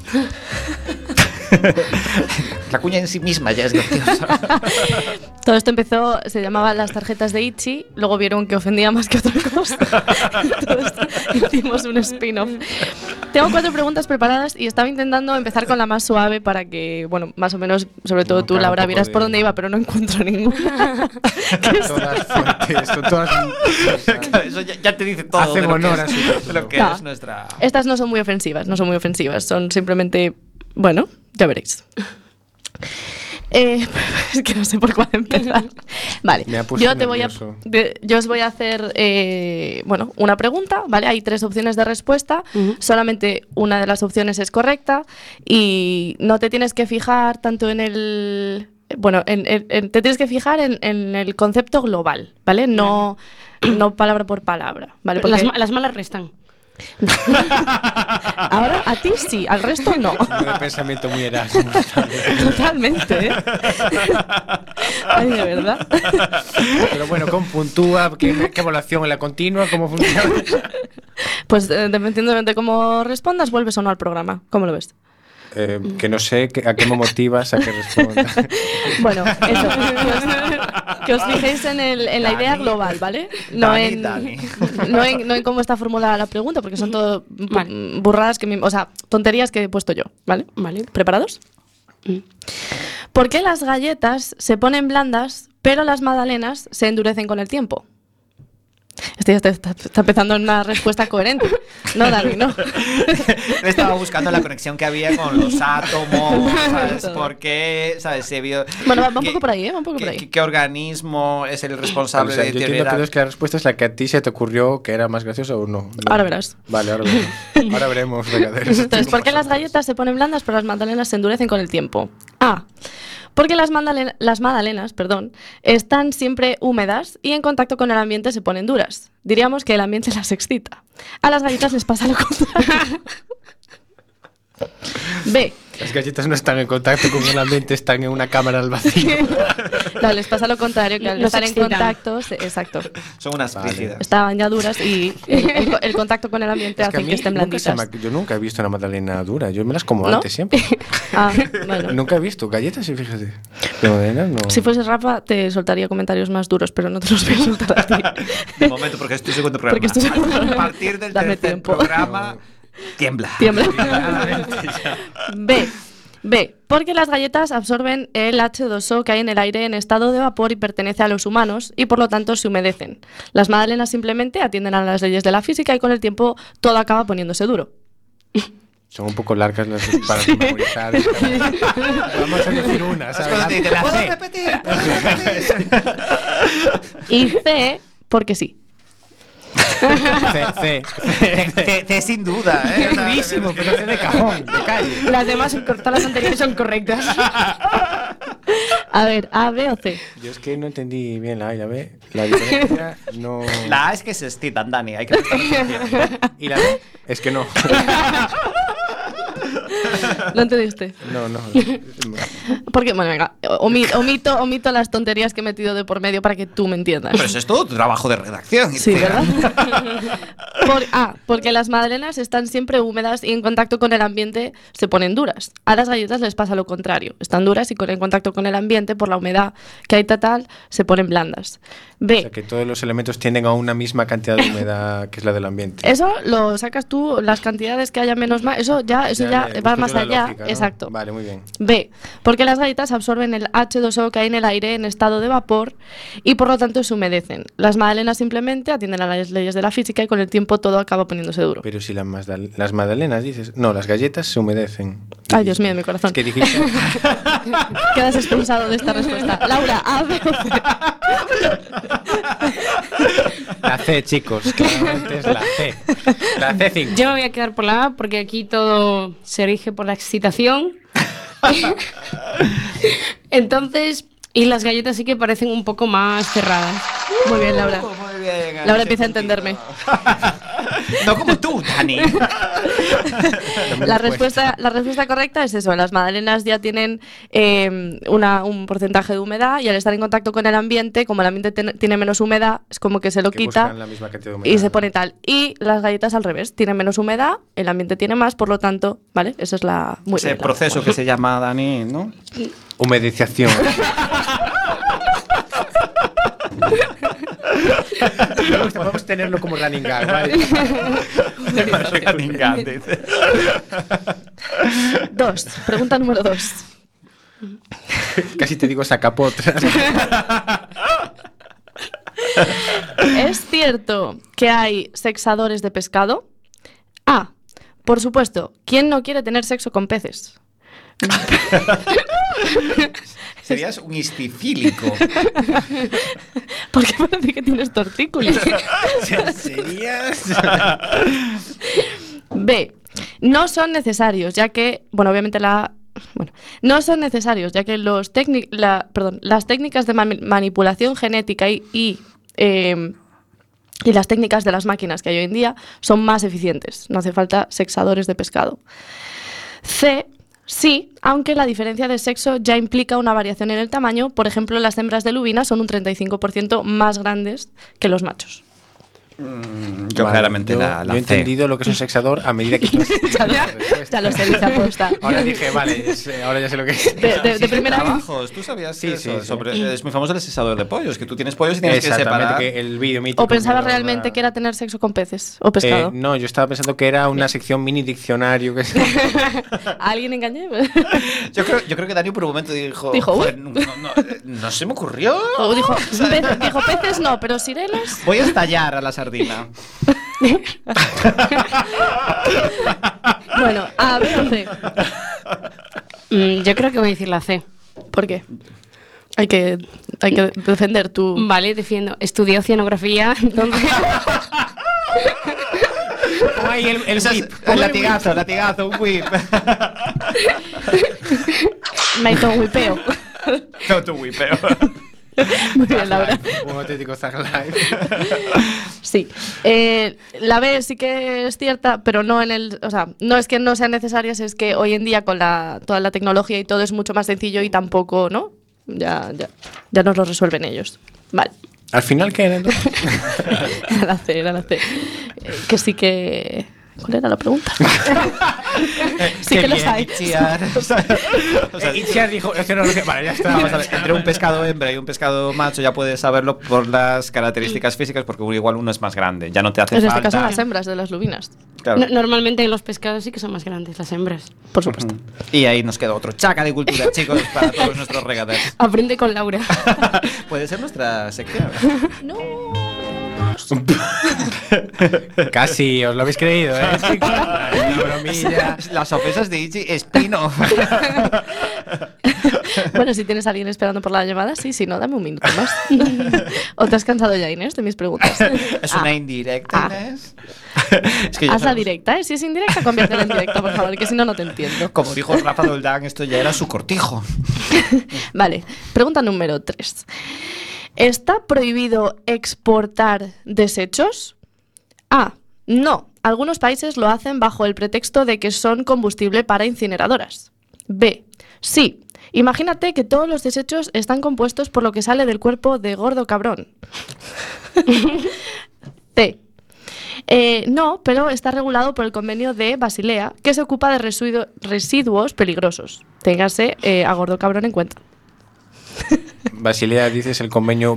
La cuña en sí misma ya es graciosa. Todo esto empezó, se llamaba las tarjetas de Ichi, luego vieron que ofendía más que otra cosa. Entonces hicimos un spin-off. Tengo cuatro preguntas preparadas y estaba intentando empezar con la más suave para que, bueno, más o menos, sobre todo Bueno, tú, claro, un Laura, poco vieras por de- dónde iba, pero no encuentro ninguna. Todas fuertes, son todas. Eso ya, ya te dice todo. Hacen de lo que honor es- a su- de lo que No. es nuestra. Estas no son muy ofensivas, no son muy ofensivas, son simplemente, bueno, ya veréis. Eh, es que no sé por cuál empezar. Vale, Me ha puesto yo te voy a, nervioso. de- yo os voy a hacer, eh, bueno, una pregunta, ¿vale? Hay tres opciones de respuesta, Ujú. solamente una de las opciones es correcta y no te tienes que fijar tanto en el, bueno, en- en- en- te tienes que fijar en, en el concepto global, ¿vale? No, no palabra por palabra, ¿vale? pues Las, Porque- ma- las malas restan. Ahora a ti sí, al resto no. Un pensamiento muy erasmo. Totalmente, ¿eh? Ay, de verdad. Pero bueno, con puntúa, ¿qué, qué evaluación en la continua? ¿Cómo funciona? Pues eh, dependiendo de cómo respondas, vuelves o no al programa. ¿Cómo lo ves? Eh, que no sé qué- a qué me motivas a que responda. Bueno, eso. Que os, que os fijéis en, el- en la idea Dani. global, ¿vale? No, Dani, en, Dani. no, en, no en cómo está formulada la pregunta, porque son todo bu- Vale. burradas que... mi- o sea, tonterías que he puesto yo, ¿vale? Vale. ¿Preparados? Mm. ¿Por qué las galletas se ponen blandas, pero las magdalenas se endurecen con el tiempo? Este ya está, está- está empezando en una respuesta coherente. No, Dani, no. Estaba buscando la conexión que había con los átomos, ¿sabes? Todo. ¿Por qué? ¿Sabes? Se vio. Bueno, va- va un ¿Qué- poco por ahí, ¿eh? Va un poco por qué- ahí. qué- ¿Qué organismo es el O responsable sea, de yo entiendo deteriorar? que, que la respuesta es la que a ti se te ocurrió que era más graciosa o no. No. Ahora verás. Vale, ahora veremos. Ahora veremos, regaderos. Entonces, ¿por qué las galletas se ponen blandas pero las magdalenas se endurecen con el tiempo? A. Porque las, mandale- las magdalenas perdón, están siempre húmedas y en contacto con el ambiente se ponen duras. Diríamos que el ambiente las excita. A las galletas les pasa lo contrario. B. Las galletas no están en contacto con el ambiente, están en una cámara al vacío. No, les pasa lo contrario, que al Los estar en excitan. contacto, se- exacto, Son unas Vale. rígidas. estaban ya duras y el, el co- el contacto con el ambiente Es que hace a que, mí estén nunca se blanditas. me ha- yo nunca he visto una magdalena dura. Yo me las como ¿No? antes siempre. Ah, bueno. Nunca he visto galletas, sí, fíjate. De magdalenas no. Si fuese Rafa, te soltaría comentarios más duros, pero no te los voy a soltar a ti. De momento, porque es tu segundo programa. Porque es tu segundo programa. A partir del Dame tercer tiempo. programa, tiembla. Tiembla. Claramente, ya. B. B. Porque las galletas absorben el H2O que hay en el aire en estado de vapor y pertenece a los humanos y por lo tanto se humedecen. Las magdalenas simplemente atienden a las leyes de la física y con el tiempo todo acaba poniéndose duro. Son un poco largas las para memorizar. Vamos a decir una, ¿sabes? ¿Puedo repetir? ¿Puedo repetir? Y C. Porque sí. C, C, C, C sin duda, ¿eh? Qué durísimo, pero C de cajón, de calle. Las demás, todas las anteriores son correctas. A ver, A, B o C. Yo es que no entendí bien la A y la B. La diferencia no. La A es que se estitan, Dani, hay que prestar ¿Y la B? Es que no. ¿Lo entendiste? No, no. Porque, bueno, venga, omi- omito, omito las tonterías que he metido de por medio para que tú me entiendas. Pero eso es todo tu trabajo de redacción. Sí, ¿verdad? Por- ah, porque las madrenas están siempre húmedas y en contacto con el ambiente se ponen duras. A las galletas les pasa lo contrario. Están duras y con en contacto con el ambiente, por la humedad que hay total, se ponen blandas. B. O sea, que todos los elementos tienden a una misma cantidad de humedad que es la del ambiente. Eso lo sacas tú, las cantidades que haya menos más, eso ya, eso ya, le va busco más yo la allá. lógica, ¿no? Exacto. Vale, muy bien. B. Porque las galletas absorben el H2O que hay en el aire en estado de vapor y por lo tanto se humedecen. Las magdalenas simplemente atienden a las leyes de la física y con el tiempo todo acaba poniéndose duro. Pero si las, magdal- las magdalenas dices. No, las galletas se humedecen. Ay, Dios mío, de mi corazón. Es que dijiste. Quedas expulsado de esta respuesta. Laura, A, B o C. La C, chicos. Claramente es la C. La C5. Yo me voy a quedar por la A porque aquí todo se rige por la excitación. Entonces, y las galletas sí que parecen un poco más cerradas. Muy bien, Laura. Muy bien. Laura empieza a entenderme. No como tú, Dani. La respuesta, la respuesta correcta es eso. Las magdalenas ya tienen eh, una- un porcentaje de humedad y al estar en contacto con el ambiente, como el ambiente ten- tiene menos humedad, es como que se lo Que quita buscan la misma cantidad de humedad. y se pone tal. Y las galletas al revés. Tienen menos humedad, el ambiente tiene más, por lo tanto, ¿vale? Esa es la... Muy Ese bien, la- proceso que se llama Dani, ¿no? Humedización. Podemos tenerlo como running gag, ¿vale? Dos. Pregunta número dos. Casi te digo sacapotras. ¿Es cierto que hay sexadores de pescado? A. Por supuesto, ¿quién no quiere tener sexo con peces? Serías un istifílico. Porque parece que tienes tortícolis. Serías. B. No son necesarios, ya que, bueno, obviamente la... Bueno, no son necesarios, ya que los técnic- la- perdón, las técnicas de mani- manipulación genética y, y, eh, y las técnicas de las máquinas que hay hoy en día son más eficientes. No hace falta sexadores de pescado. C. Sí, aunque la diferencia de sexo ya implica una variación en el tamaño. Por ejemplo, las hembras de lubina son un 35% más grandes que los machos. Yo Vale, claramente yo- la, la yo he C. entendido lo que es un sexador a medida que tú has- ya, lo- ya lo sé, Liza, aposta. Ahora dije, vale, es- eh, ahora ya sé lo que es. De- de- de primera vez. Trabajos, tú sabías Sí, sí, sí, sí. ¿eh? es muy famoso el cesador de pollos, que tú tienes pollos y tienes que Exactamente, separar. que el vídeo mítico ¿O pensabas que era realmente una- que era tener sexo con peces o Eh, pescado? no, yo estaba pensando que era una sección mini diccionario. Que se- ¿A alguien engañé? Yo creo, yo creo que Dani por un momento dijo, Dijo, "Joder, "Uy". no, no, no, eh, no se me ocurrió. o dijo, "Pe- dijo, peces no, pero sirenas. Voy a estallar a la sardina. Bueno, a B o C. Mm, yo creo que voy a decir la C. ¿Por qué? Hay que, hay que defender tu... Vale, defiendo. Estudié oceanografía, entonces. Ay, el, el Esas- whip. el latigazo, el latigazo, un whip. Maito Wipeo. no, tu whip, pero... Ah, Muy bien, Laura. Un auténtico Zag Life. Sí. Eh, la B sí que es cierta, pero no en el, o sea, no es que no sean necesarias, es que hoy en día con la, toda la tecnología y todo es mucho más sencillo y tampoco, ¿no? Ya, ya, ya nos lo resuelven ellos. Vale. Al final, ¿qué era? entonces? Era la C, era la C. Eh, que sí que ¿Cuál era la pregunta? sí que los hay. Itziar dijo, vale, ya está. Vamos a ver, entre un pescado hembra y un pescado macho ya puedes saberlo por las características físicas, porque igual uno es más grande, ya no te hace En este falta. caso, las hembras de las lubinas. Claro. No- normalmente los pescados sí que son más grandes, las hembras. Por supuesto. Y ahí nos queda otro chaca de cultura, chicos, para todos nuestros regates. Aprende con Laura. Puede ser nuestra sección. No. Casi, os lo habéis creído, ¿eh? chicos? Ay, una bromilla. Las ofensas de Ichi Espino. Bueno, si tienes a alguien esperando por la llamada, sí, si no, dame un minuto más. ¿O te has cansado ya, Inés, de mis preguntas? Es una Ah, indirecta, Ah. Inés. Es que ya Hazla sabes, directa, ¿eh? Si es indirecta, conviértela en directa, por favor, que si no, no te entiendo. Como dijo Rafa Doldán, esto ya era su cortijo. Vale, pregunta número 3. ¿Está prohibido exportar desechos? A. No. Algunos países lo hacen bajo el pretexto de que son combustible para incineradoras. B. Sí. Imagínate que todos los desechos están compuestos por lo que sale del cuerpo de gordo cabrón. T. Eh, no, pero está regulado por el convenio de Basilea, que se ocupa de residuo- residuos peligrosos. Téngase eh, a gordo cabrón en cuenta. Basilea, dices el convenio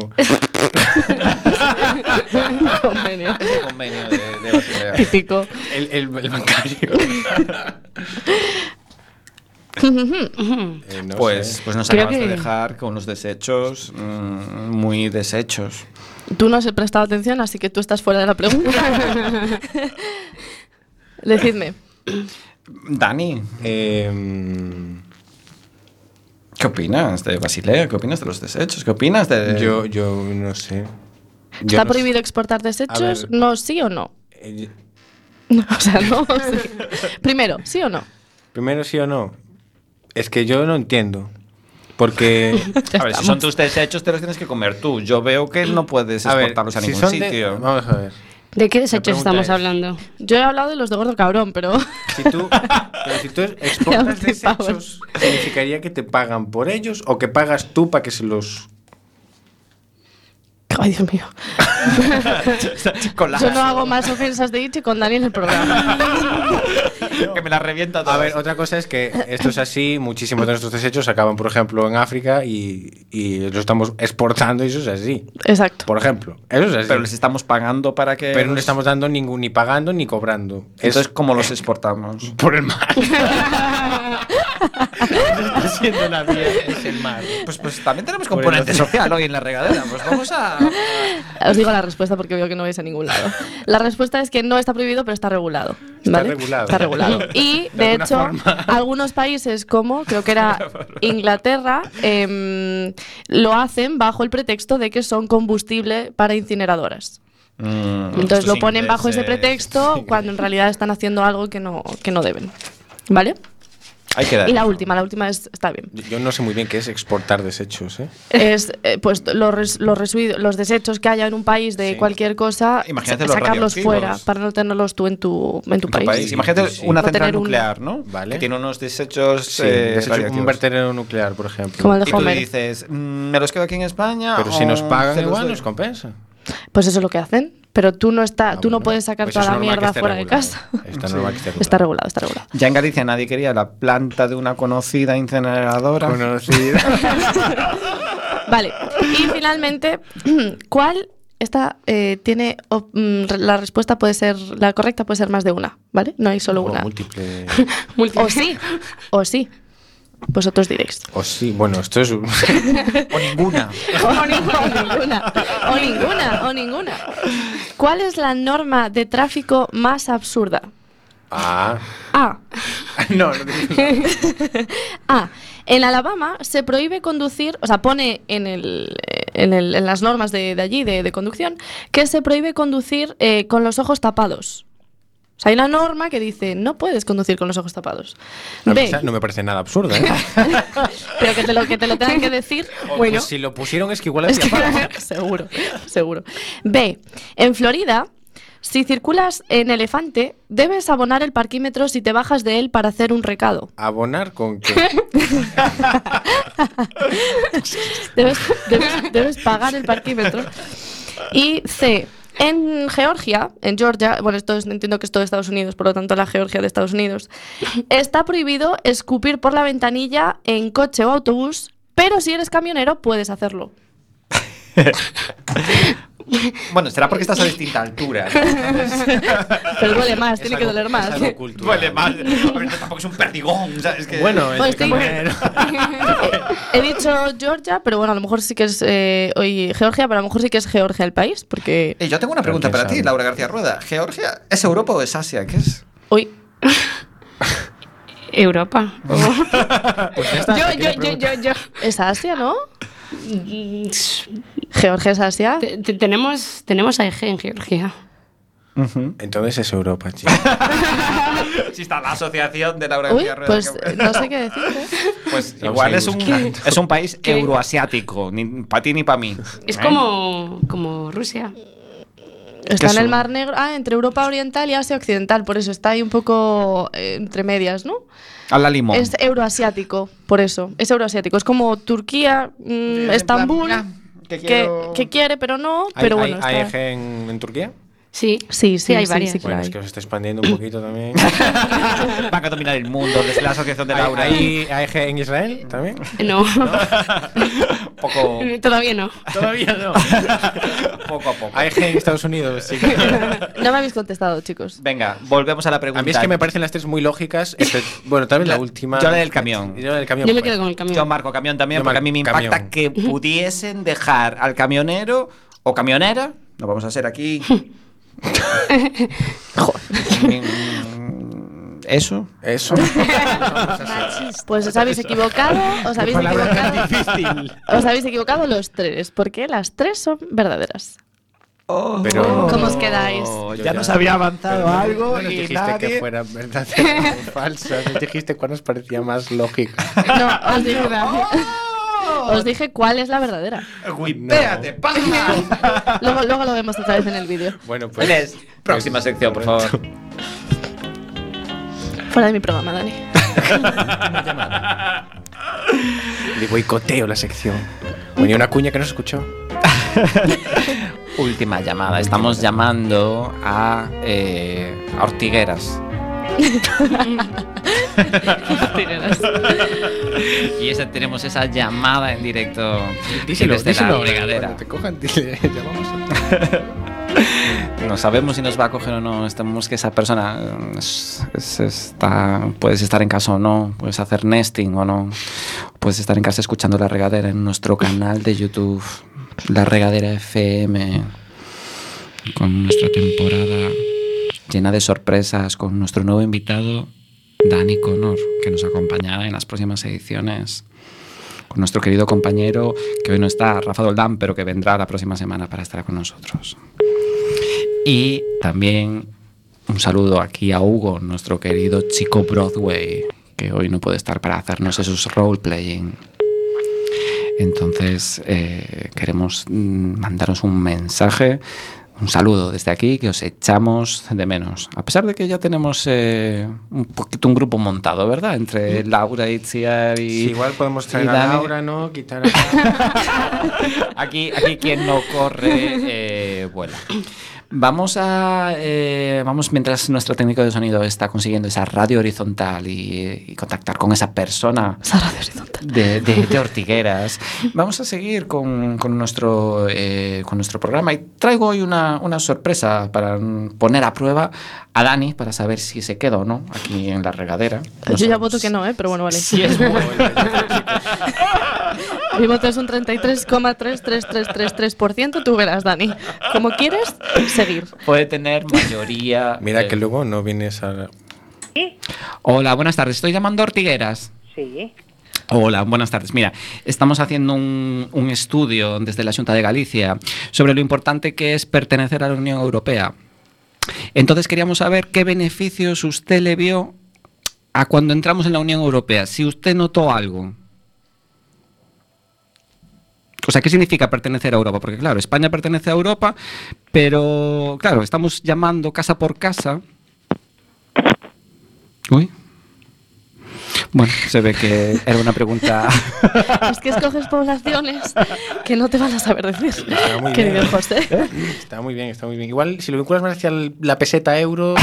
convenio. Convenio de, de Típico. El, el- el bancario. Eh, no pues, sé. pues nos Creo acabas de que- dejar con los desechos mm, muy deshechos. Tú no has prestado atención, así que tú estás fuera de la pregunta. Decidme. Dani, Em, ¿qué opinas de Basilea? ¿Qué opinas de los desechos? ¿Qué opinas de.? yo, yo no sé. Yo ¿Está no prohibido exportar A desechos? ver. No, sí o no. sé. Eh, O sea, no. sí. Primero, sí o no. Primero sí o no. Es que yo no entiendo. Porque. a ver, si son tus desechos, te los tienes que comer tú. Yo veo que no puedes A ver, exportarlos a si ningún son de- sitio. vamos a ver. ¿De qué desechos desechos estamos estamos hablando? Yo he hablado de los de gordo cabrón, pero. Si tú, pero si tú exportas Te pago. desechos, ¿significaría que te pagan por ellos o que pagas tú para que se los. Ay, Dios mío. Con la- Yo no hago más ofensas de Ichi con Dani en el programa. que me la revienta todo. A ver, otra cosa es que esto es así, muchísimos de nuestros desechos acaban, por ejemplo, en África y, y los estamos exportando y eso es así. Exacto. Por ejemplo, eso es así. pero les estamos pagando para que. Pero no le estamos dando ningún, ni pagando ni cobrando. Entonces, es eh, ¿cómo los exportamos? por el mar. Está siendo la mía, es el mar. Pues, pues también tenemos Bueno, componente sí. social hoy en la regadera. Pues vamos a. Os digo la respuesta porque veo que no vais a ningún lado. La respuesta es que no está prohibido, pero está regulado. Está ¿vale? regulado. Está regulado. Y, de, alguna hecho, forma. algunos países, como creo que era Inglaterra, em, lo hacen bajo el pretexto de que son combustible para incineradoras. Entonces lo ponen bajo ese pretexto cuando en realidad están haciendo algo que no, que no deben. ¿Vale? Hay que dar. Y la última, la última es, está bien. Yo no sé muy bien qué es exportar desechos, ¿eh? es eh, pues los, res- los residuos, los desechos que haya en un país de Sí. cualquier cosa, Imagínate sa- los sacarlos radioactivos. fuera para no tenerlos tú en tu, en tu Tu país. país. Imagínate Sí, sí. una No central tener un- nuclear, ¿no? Vale. Que tiene unos desechos. Sí, eh, desecho- un radioactivos. vertedero nuclear, por ejemplo. Como el de Y tú Homer. dices, "Mm, me los quedo aquí en España. Pero si o nos pagan, Ah, se los igual doy?" nos compensa. Pues eso es lo que hacen, pero tú no está, Ah, tú no bueno. puedes sacar Pues toda es la normal que mierda esté fuera de regulado. casa. Está normal que esté Está regulado, está regulado. Ya en Galicia nadie quería la planta de una conocida incineradora. Vale. Y finalmente, ¿cuál esta eh, tiene op- mm, re- la respuesta puede ser la correcta puede ser más de una, ¿vale? No hay solo O una. múltiple. O sí, o sí. Vosotros diréis. O sí, bueno, esto es. un- o ninguna. o ninguna. O ninguna, o ninguna. ¿Cuál es la norma de tráfico más absurda? ah. A. No, no dices nada. A. En Alabama se prohíbe conducir, o sea, pone en, el, en, el- en las normas de, de allí, de, de conducción, que se prohíbe conducir eh, con los ojos tapados. O sea, hay una norma que dice, no puedes conducir con los ojos tapados. A mí B. esa Ah, pues no me parece nada absurda, ¿eh? Pero que te lo, que te lo tengan que decir, bueno. Pues si lo pusieron es que igual Es hacía que- falta. seguro, seguro. B. En Florida, si circulas en elefante, debes abonar el parquímetro si te bajas de él para hacer un recado. ¿Abonar con qué? Debes, debes- debes pagar el parquímetro. Y C. En Georgia, en Georgia, bueno, esto es- entiendo que es todo Estados Unidos, por lo tanto la Georgia de Estados Unidos, está prohibido escupir por la ventanilla en coche o autobús, pero si eres camionero puedes hacerlo. Bueno, será porque estás a distinta altura. Pero duele más, Es tiene que algo- doler es más. algo cultural. Duele más. A ver, tampoco es un perdigón, ¿sabes? Que... Bueno, Bueno, el estoy- camionero. He dicho Georgia, pero bueno, a lo mejor sí que es eh, hoy Georgia, pero a lo mejor sí que es Georgia el país, porque Eh, yo tengo una pregunta quién para ti, sabe. Laura García Rueda. ¿Georgia es Europa o es Asia? ¿Qué es? hoy... Europa. Yo, yo, yo, yo, yo. Es Asia, ¿no? Mm, Georgia es Asia. te- te- tenemos, tenemos a Eje en Georgia. Entonces es Europa, chico. Si está la asociación de Laura Uy, García Rueda. pues que- no sé qué decir. ¿eh? Pues Vamos igual a es un, ir es un país ¿Qué? euroasiático, ni para ti ni para mí. Es ¿eh? como, como Rusia. Está en son? el Mar Negro, ah, entre Europa Oriental y Asia Occidental, por eso está ahí un poco eh, entre medias, ¿no? A la limón. Es euroasiático, por eso, es euroasiático. Es como Turquía, mm, Estambul, que que, quiero- que quiere pero no, ¿Hay, pero hay- E bueno. hay está- eje en, en Turquía? Sí, Sí, sí, hay sí, varias. sí que- Bueno, es que os está expandiendo un poquito también. Van a dominar el mundo desde la asociación de ¿Hay, Laura. y hay- hay eje en Israel también? No, un poco, todavía no. Todavía no. poco a poco. ¿Hay eje en Estados Unidos? Sí. No me habéis contestado, chicos. Venga, volvemos a la pregunta. A mí es que me parecen las tres muy lógicas. excepto- bueno, también la, La- última. yo la del camión. Yo la del camión. Yo me pues. quedo con el camión. Yo marco camión también, Yo porque a marco mí me impacta camión. que pudiesen dejar al camionero o camionera. Lo vamos a hacer aquí. Joder. Eso. Eso. Pues os habéis equivocado, os habéis equivocado, difícil. os habéis equivocado los tres, porque las tres son verdaderas. Oh. Pero ¿Cómo os quedáis? Yo Ya nos había avanzado pero no- algo no nos y dijiste nadie... que fuera verdadera o falsa. Nos dijiste cuál nos parecía más lógica. No, os dije, ¡Oh! os dije cuál es la verdadera. Wipéate, Luego, luego lo vemos otra vez en el vídeo. Bueno, pues. Inés, próxima sección, por favor. Fuera de mi programa, Dani. Le boicoteo la sección. Venía una cuña que no se escuchó. Última llamada. Estamos llamando a, eh, a Ortigueras. Y esa, tenemos esa llamada en directo desde la regadera. Cuando te cojan, dile, llamamos. No sabemos si nos va a coger o no. Estamos que esa persona eh, es- es- está, puedes estar en casa o no, puedes hacer nesting o no, puedes estar en casa escuchando la regadera en nuestro canal de YouTube, la regadera FM, con nuestra temporada llena de sorpresas, con nuestro nuevo invitado Dani Connor, que nos acompañará en las próximas ediciones. Con nuestro querido compañero, que hoy no está, Rafa Doldán, pero que vendrá la próxima semana para estar con nosotros. Y también un saludo aquí a Hugo, nuestro querido chico Broadway, que hoy no puede estar para hacernos esos role-playing. Entonces, eh, queremos mm, mandaros un mensaje, un saludo desde aquí, que os echamos de menos. A pesar de que ya tenemos eh, un poquito un grupo montado, ¿verdad? Entre Laura, Itziar y... Mm. Sí, igual podemos traer y a Dani. Laura, ¿no? Quitar a... Aquí, aquí quien no corre eh, vuela. Vamos a. eh, vamos, mientras nuestro técnico de sonido está consiguiendo esa radio horizontal y, y contactar con esa persona Sara de horizontal. de, de- de Ortigueras, vamos a seguir con, con nuestro, eh, con nuestro programa. Y traigo hoy una, una sorpresa para mm, poner a prueba a Dani para saber si se queda o no aquí en la regadera. No Yo ya sabemos voto que no, ¿eh? pero bueno, vale. Si es bueno. Mi voto es un 33,33333%. Tú verás, Dani. Como quieres, seguir. Puede tener mayoría. Mira que eh, luego no vienes a... Hola, buenas tardes. Estoy llamando a Ortigueras. Sí, Hola, buenas tardes. Mira, estamos haciendo un, un estudio desde la Junta de Galicia sobre lo importante que es pertenecer a la Unión Europea. Entonces queríamos saber qué beneficios usted le vio a cuando entramos en la Unión Europea, si usted notó algo. O sea, ¿qué significa pertenecer a Europa? Porque claro, España pertenece a Europa, pero claro, estamos llamando casa por casa. Uy. Bueno, se ve que era una pregunta. Es que escoges poblaciones que no te van a saber decir, Está muy querido bien. ¿eh? José. ¿eh? Está muy bien, está muy bien. Igual, si lo vinculas más hacia el- la peseta euro,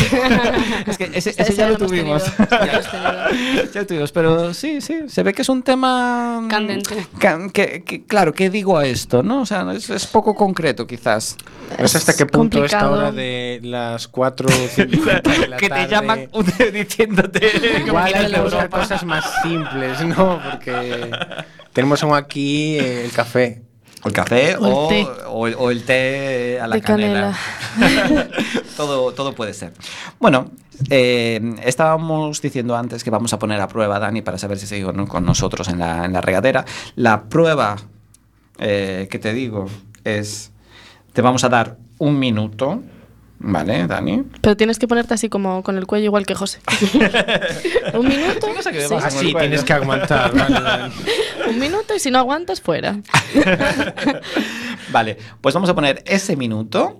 es que ese, Ese ese ya lo hemos tuvimos. tenido, ese ya lo hemos tenido. Ya lo tuvimos, pero sí, sí, se ve que es un tema. mm, Candente. Can- que, que- claro, ¿qué digo a esto? ¿no? O sea, es, es poco concreto, quizás. no sé Pues hasta qué punto complicado. esta hora de las 4 de la tarde, diciéndote. Igual hay que buscar cosas más simples, ¿no? Porque tenemos aún aquí eh, el café. El café O el o, té. o el, o el té a la De canela. todo, todo puede ser. Bueno, eh, estábamos diciendo antes que vamos a poner a prueba a Dani para saber si sigue o no con nosotros en la, en la regadera. La prueba eh, que te digo es, te vamos a dar un minuto, ¿vale, Dani? Pero tienes que ponerte así como con el cuello igual que José. un minuto. sí, Ah, sí, tienes que aguantar. vale, vale. un minuto y si no aguantas, fuera. Vale, pues vamos a poner ese minuto.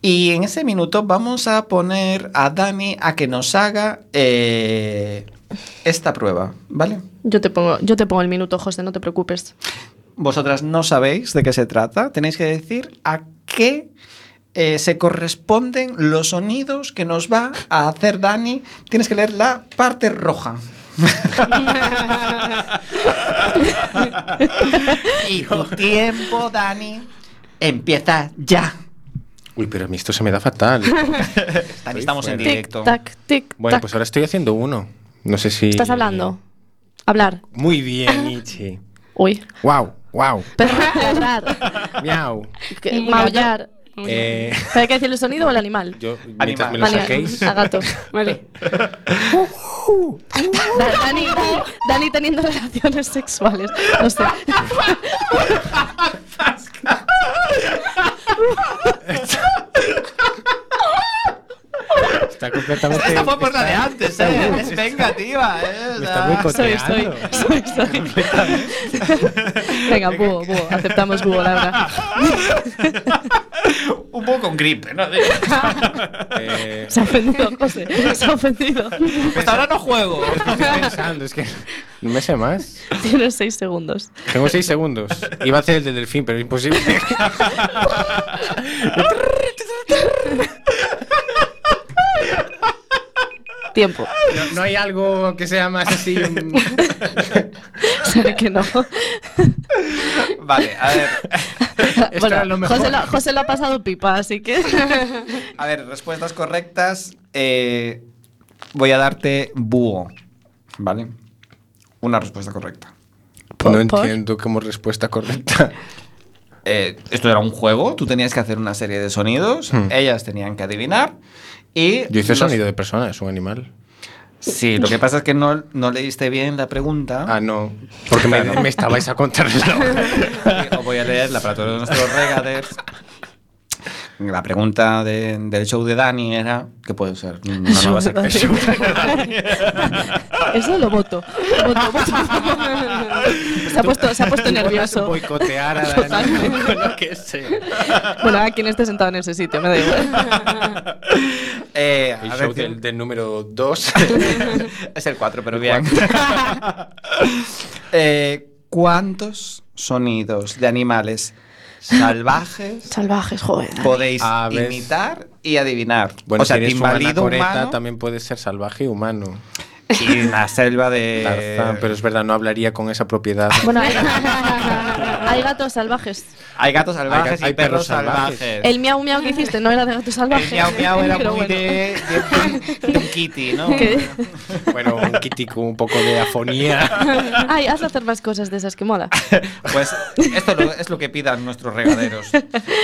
Y en ese minuto vamos a poner a Dani a que nos haga eh, esta prueba, ¿vale? Yo te pongo, yo te pongo el minuto, José, no te preocupes. Vosotras no sabéis de qué se trata, tenéis que decir a qué eh, se corresponden los sonidos que nos va a hacer Dani. Tienes que leer la parte roja. y tu tiempo, Dani, empieza ya. Uy, pero a mí esto se me da fatal. Dani, estamos en fuera. directo. Tic tac, tic Bueno, tac. pues ahora estoy haciendo uno. No sé si. Estás hablando. Hablar. Muy bien, Ichi. Uy. Wow, wow. Perrar, ladrar, Miau. que- maullar. Eh, ¿Pero hay que decir el sonido o el animal? yo, mientras me lo Vale, saquéis. a gatos. Vale. Da- Dani, Dani teniendo relaciones sexuales. No sé. Está completamente. está- antes, ¿eh? Es vengativa, ¿eh? Me está muy Soy, soy, coteando. soy, soy. Venga, búho, búho. Aceptamos búho, Laura. Un poco con gripe, ¿no? Eh, Se ha ofendido, José. Se ha ofendido. Pues ahora no juego. estoy pensando, es que. No me sé más. Tienes seis segundos. Tengo seis segundos. Iba a hacer el del delfín, pero es imposible. Tiempo. No, no hay algo que sea más así. mm, Se ve que no. Vale, a ver. Esto era lo mejor. José, lo, José lo ha pasado pipa, así que. A ver, respuestas correctas. eh, voy a darte búho. ¿Vale? Una respuesta correcta. No Por- por- entiendo como respuesta correcta. Eh, esto era un juego, tú tenías que hacer una serie de sonidos, Hmm. ellas tenían que adivinar. Y Yo hice los- sonido de persona, es un animal. Sí, lo que pasa es que no, no leíste bien la pregunta. Ah, no. Porque me, Claro. me estabais a contar Sí, Os voy a leer la para todos nuestros regaders. La pregunta de- del show de Dani era, ¿qué puede ser? Una nueva sección. Eso lo voto. Voto, voto. Se ha puesto, se ha puesto nervioso. Boicotear a Totalmente. Dani con lo que sea. Bueno, a quien esté sentado en ese sitio, me da igual. Eh, El a show ver, del, del número 2. es el 4, pero bien. Eh, ¿Cuántos sonidos de animales salvajes Salvajes, joven. podéis Aves. imitar y adivinar? Bueno, o sea, si eres una invalido anacoreta, humano también puede ser salvaje y humano. y la selva Eh. de... Tarzán, pero es verdad, no hablaría con esa propiedad. Bueno, hay, hay gatos salvajes. Hay gatos salvajes hay y perros, perros salvajes. salvajes. El miau miau que hiciste no era de gatos El salvajes. miau miau era muy pero bueno. de, de- de un kitty, ¿no? Que- Bueno, un kitty con un poco de afonía. Ay, has de hacer más cosas de esas que mola. Pues esto lo- es lo que pidan nuestros regaderos.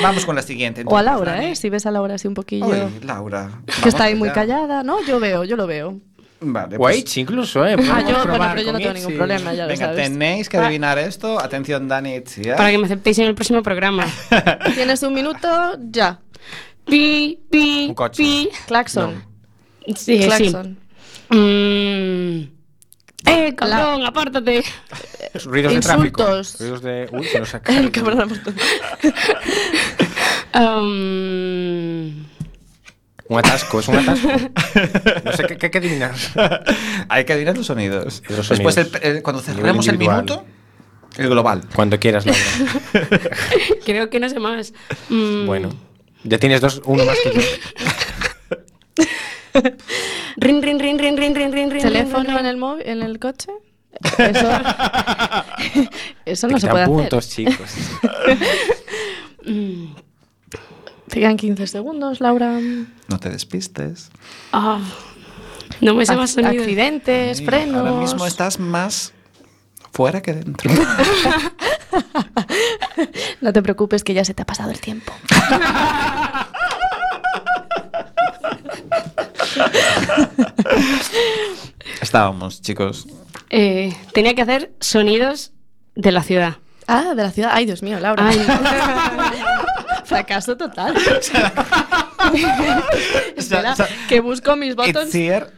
Vamos con la siguiente. O a entonces, Laura, Dani. ¿eh? Si ves a Laura así un poquillo. Uy, Laura. que vamos está ahí muy allá. callada, ¿no? Yo veo, yo lo veo. Vale, O a pues- Ichi incluso, ¿eh? Ah, Podemos yo, bueno, probar pero yo no con tengo ningún Ichi. problema, ya lo Venga, sabes. tenéis que adivinar esto. Atención, Dani. ¿eh? Itziar. Para que me aceptéis en el próximo programa. Tienes un minuto, ya. Pi, pi, Un coche. pi. Claxon. Sí, sí. Claxon. Mm. Eh, cabrón, apártate. Ruidos Insultos. de tráfico. Ruidos de. Uy, se nos ha El caído. cabrón. Um, Un atasco, es un atasco. No sé qué, qué hay que adivinar. Hay que adivinar los sonidos. Y los Después, sonidos. el- el- cuando Nivel cerremos el individual. minuto, el global. Cuando quieras, Laura. Creo que no sé más. Mm, Bueno. Ya tienes dos, uno más que yo. Rin, rin, rin, rin, rin, rin, rin, rin. ¿Teléfono en el, móvil, en el coche? Eso, eso no Te se quitan puede puntos, hacer. chicos. Te quedan 15 segundos, Laura. No te despistes. Ah, no me sé Ac- más sonidos. accidentes, Ay, frenos. Ahora mismo estás más fuera que dentro. No te preocupes que ya se te ha pasado el tiempo. Estábamos, chicos. Eh, tenía que hacer sonidos de la ciudad. Ah, de la ciudad. Ay, Dios mío, Laura. Ay. Fracaso total. Espera, O sea, que busco mis botones. Itziar,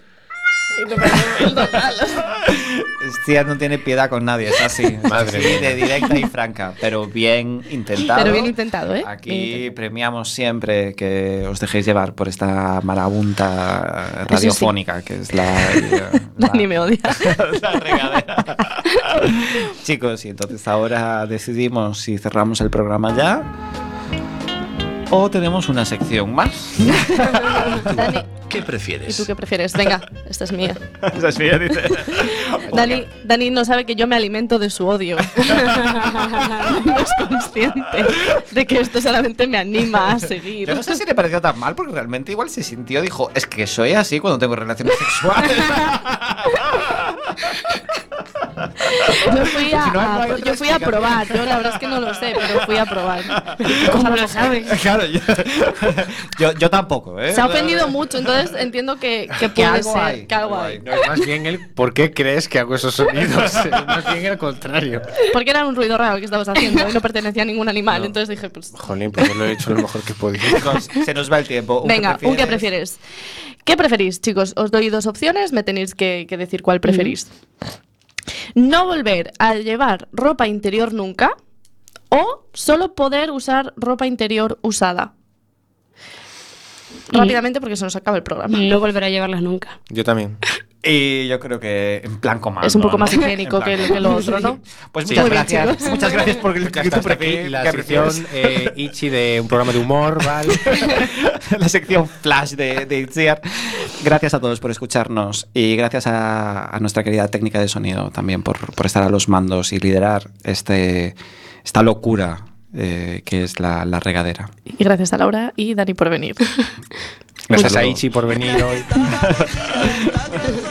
Itziar no tiene piedad con nadie, es así. Madre Sí, mía. de directa y franca, pero bien intentado. Pero bien intentado, ¿eh? Aquí Bien intentado. premiamos siempre que os dejéis llevar por esta marabunta sí. radiofónica que es la, la- Dani me odia. la regadera. Chicos, y entonces ahora decidimos si cerramos el programa ya o tenemos una sección más. Dani, ¿Qué ¿y prefieres? tú qué prefieres? Venga, esta es mía. Esa es mía, dice. Dani, Dani no sabe que yo me alimento de su odio. no es consciente de que esto solamente me anima a seguir. Yo no sé si le pareció tan mal, porque realmente igual se sintió, dijo, es que soy así cuando tengo relaciones sexuales. Yo fui a, Si no hay- no hay a- otra yo fui a explicación. probar, yo la verdad es que no lo sé, pero fui a probar. ¿Cómo lo sabes? claro, yo, yo, yo tampoco, ¿eh? Se ha ofendido mucho, entonces entiendo que, que Que puede algo ser hay, que algo algo hay. hay. No, es más bien el por qué crees que hago esos sonidos. Es más bien el contrario. Porque era un ruido raro que estabas haciendo y no pertenecía a ningún animal, entonces dije, pues... Jolín, pues lo he hecho lo mejor que he podido. Chicos, se nos va el tiempo. ¿Un Venga, qué ¿un qué prefieres? ¿Qué preferís, chicos? Os doy dos opciones, me tenéis que, que decir cuál preferís. No volver a llevar ropa interior nunca o solo poder usar ropa interior usada. Rápidamente porque se nos acaba el programa. No volveré a llevarlas nunca. Yo también. Y yo creo que en plan comando. Es un poco más ¿no? higiénico En plan que el- que lo comando. otro, ¿no? Pues Sí. muchas Muy bien, gracias. chicos. Muchas gracias por el Ya está, hasta aquí la sección eh, Ichi de un programa de humor, ¿vale? la sección flash de, de Itziar. Gracias a todos por escucharnos y gracias a, a nuestra querida técnica de sonido también por, por estar a los mandos y liderar este, esta locura eh, que es la, la regadera. Y gracias a Laura y Dani por venir. Gracias a saludo. Ichi por venir hoy.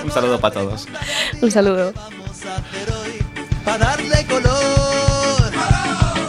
Un saludo para todos. Un saludo. vamos a hacer hoy para darle color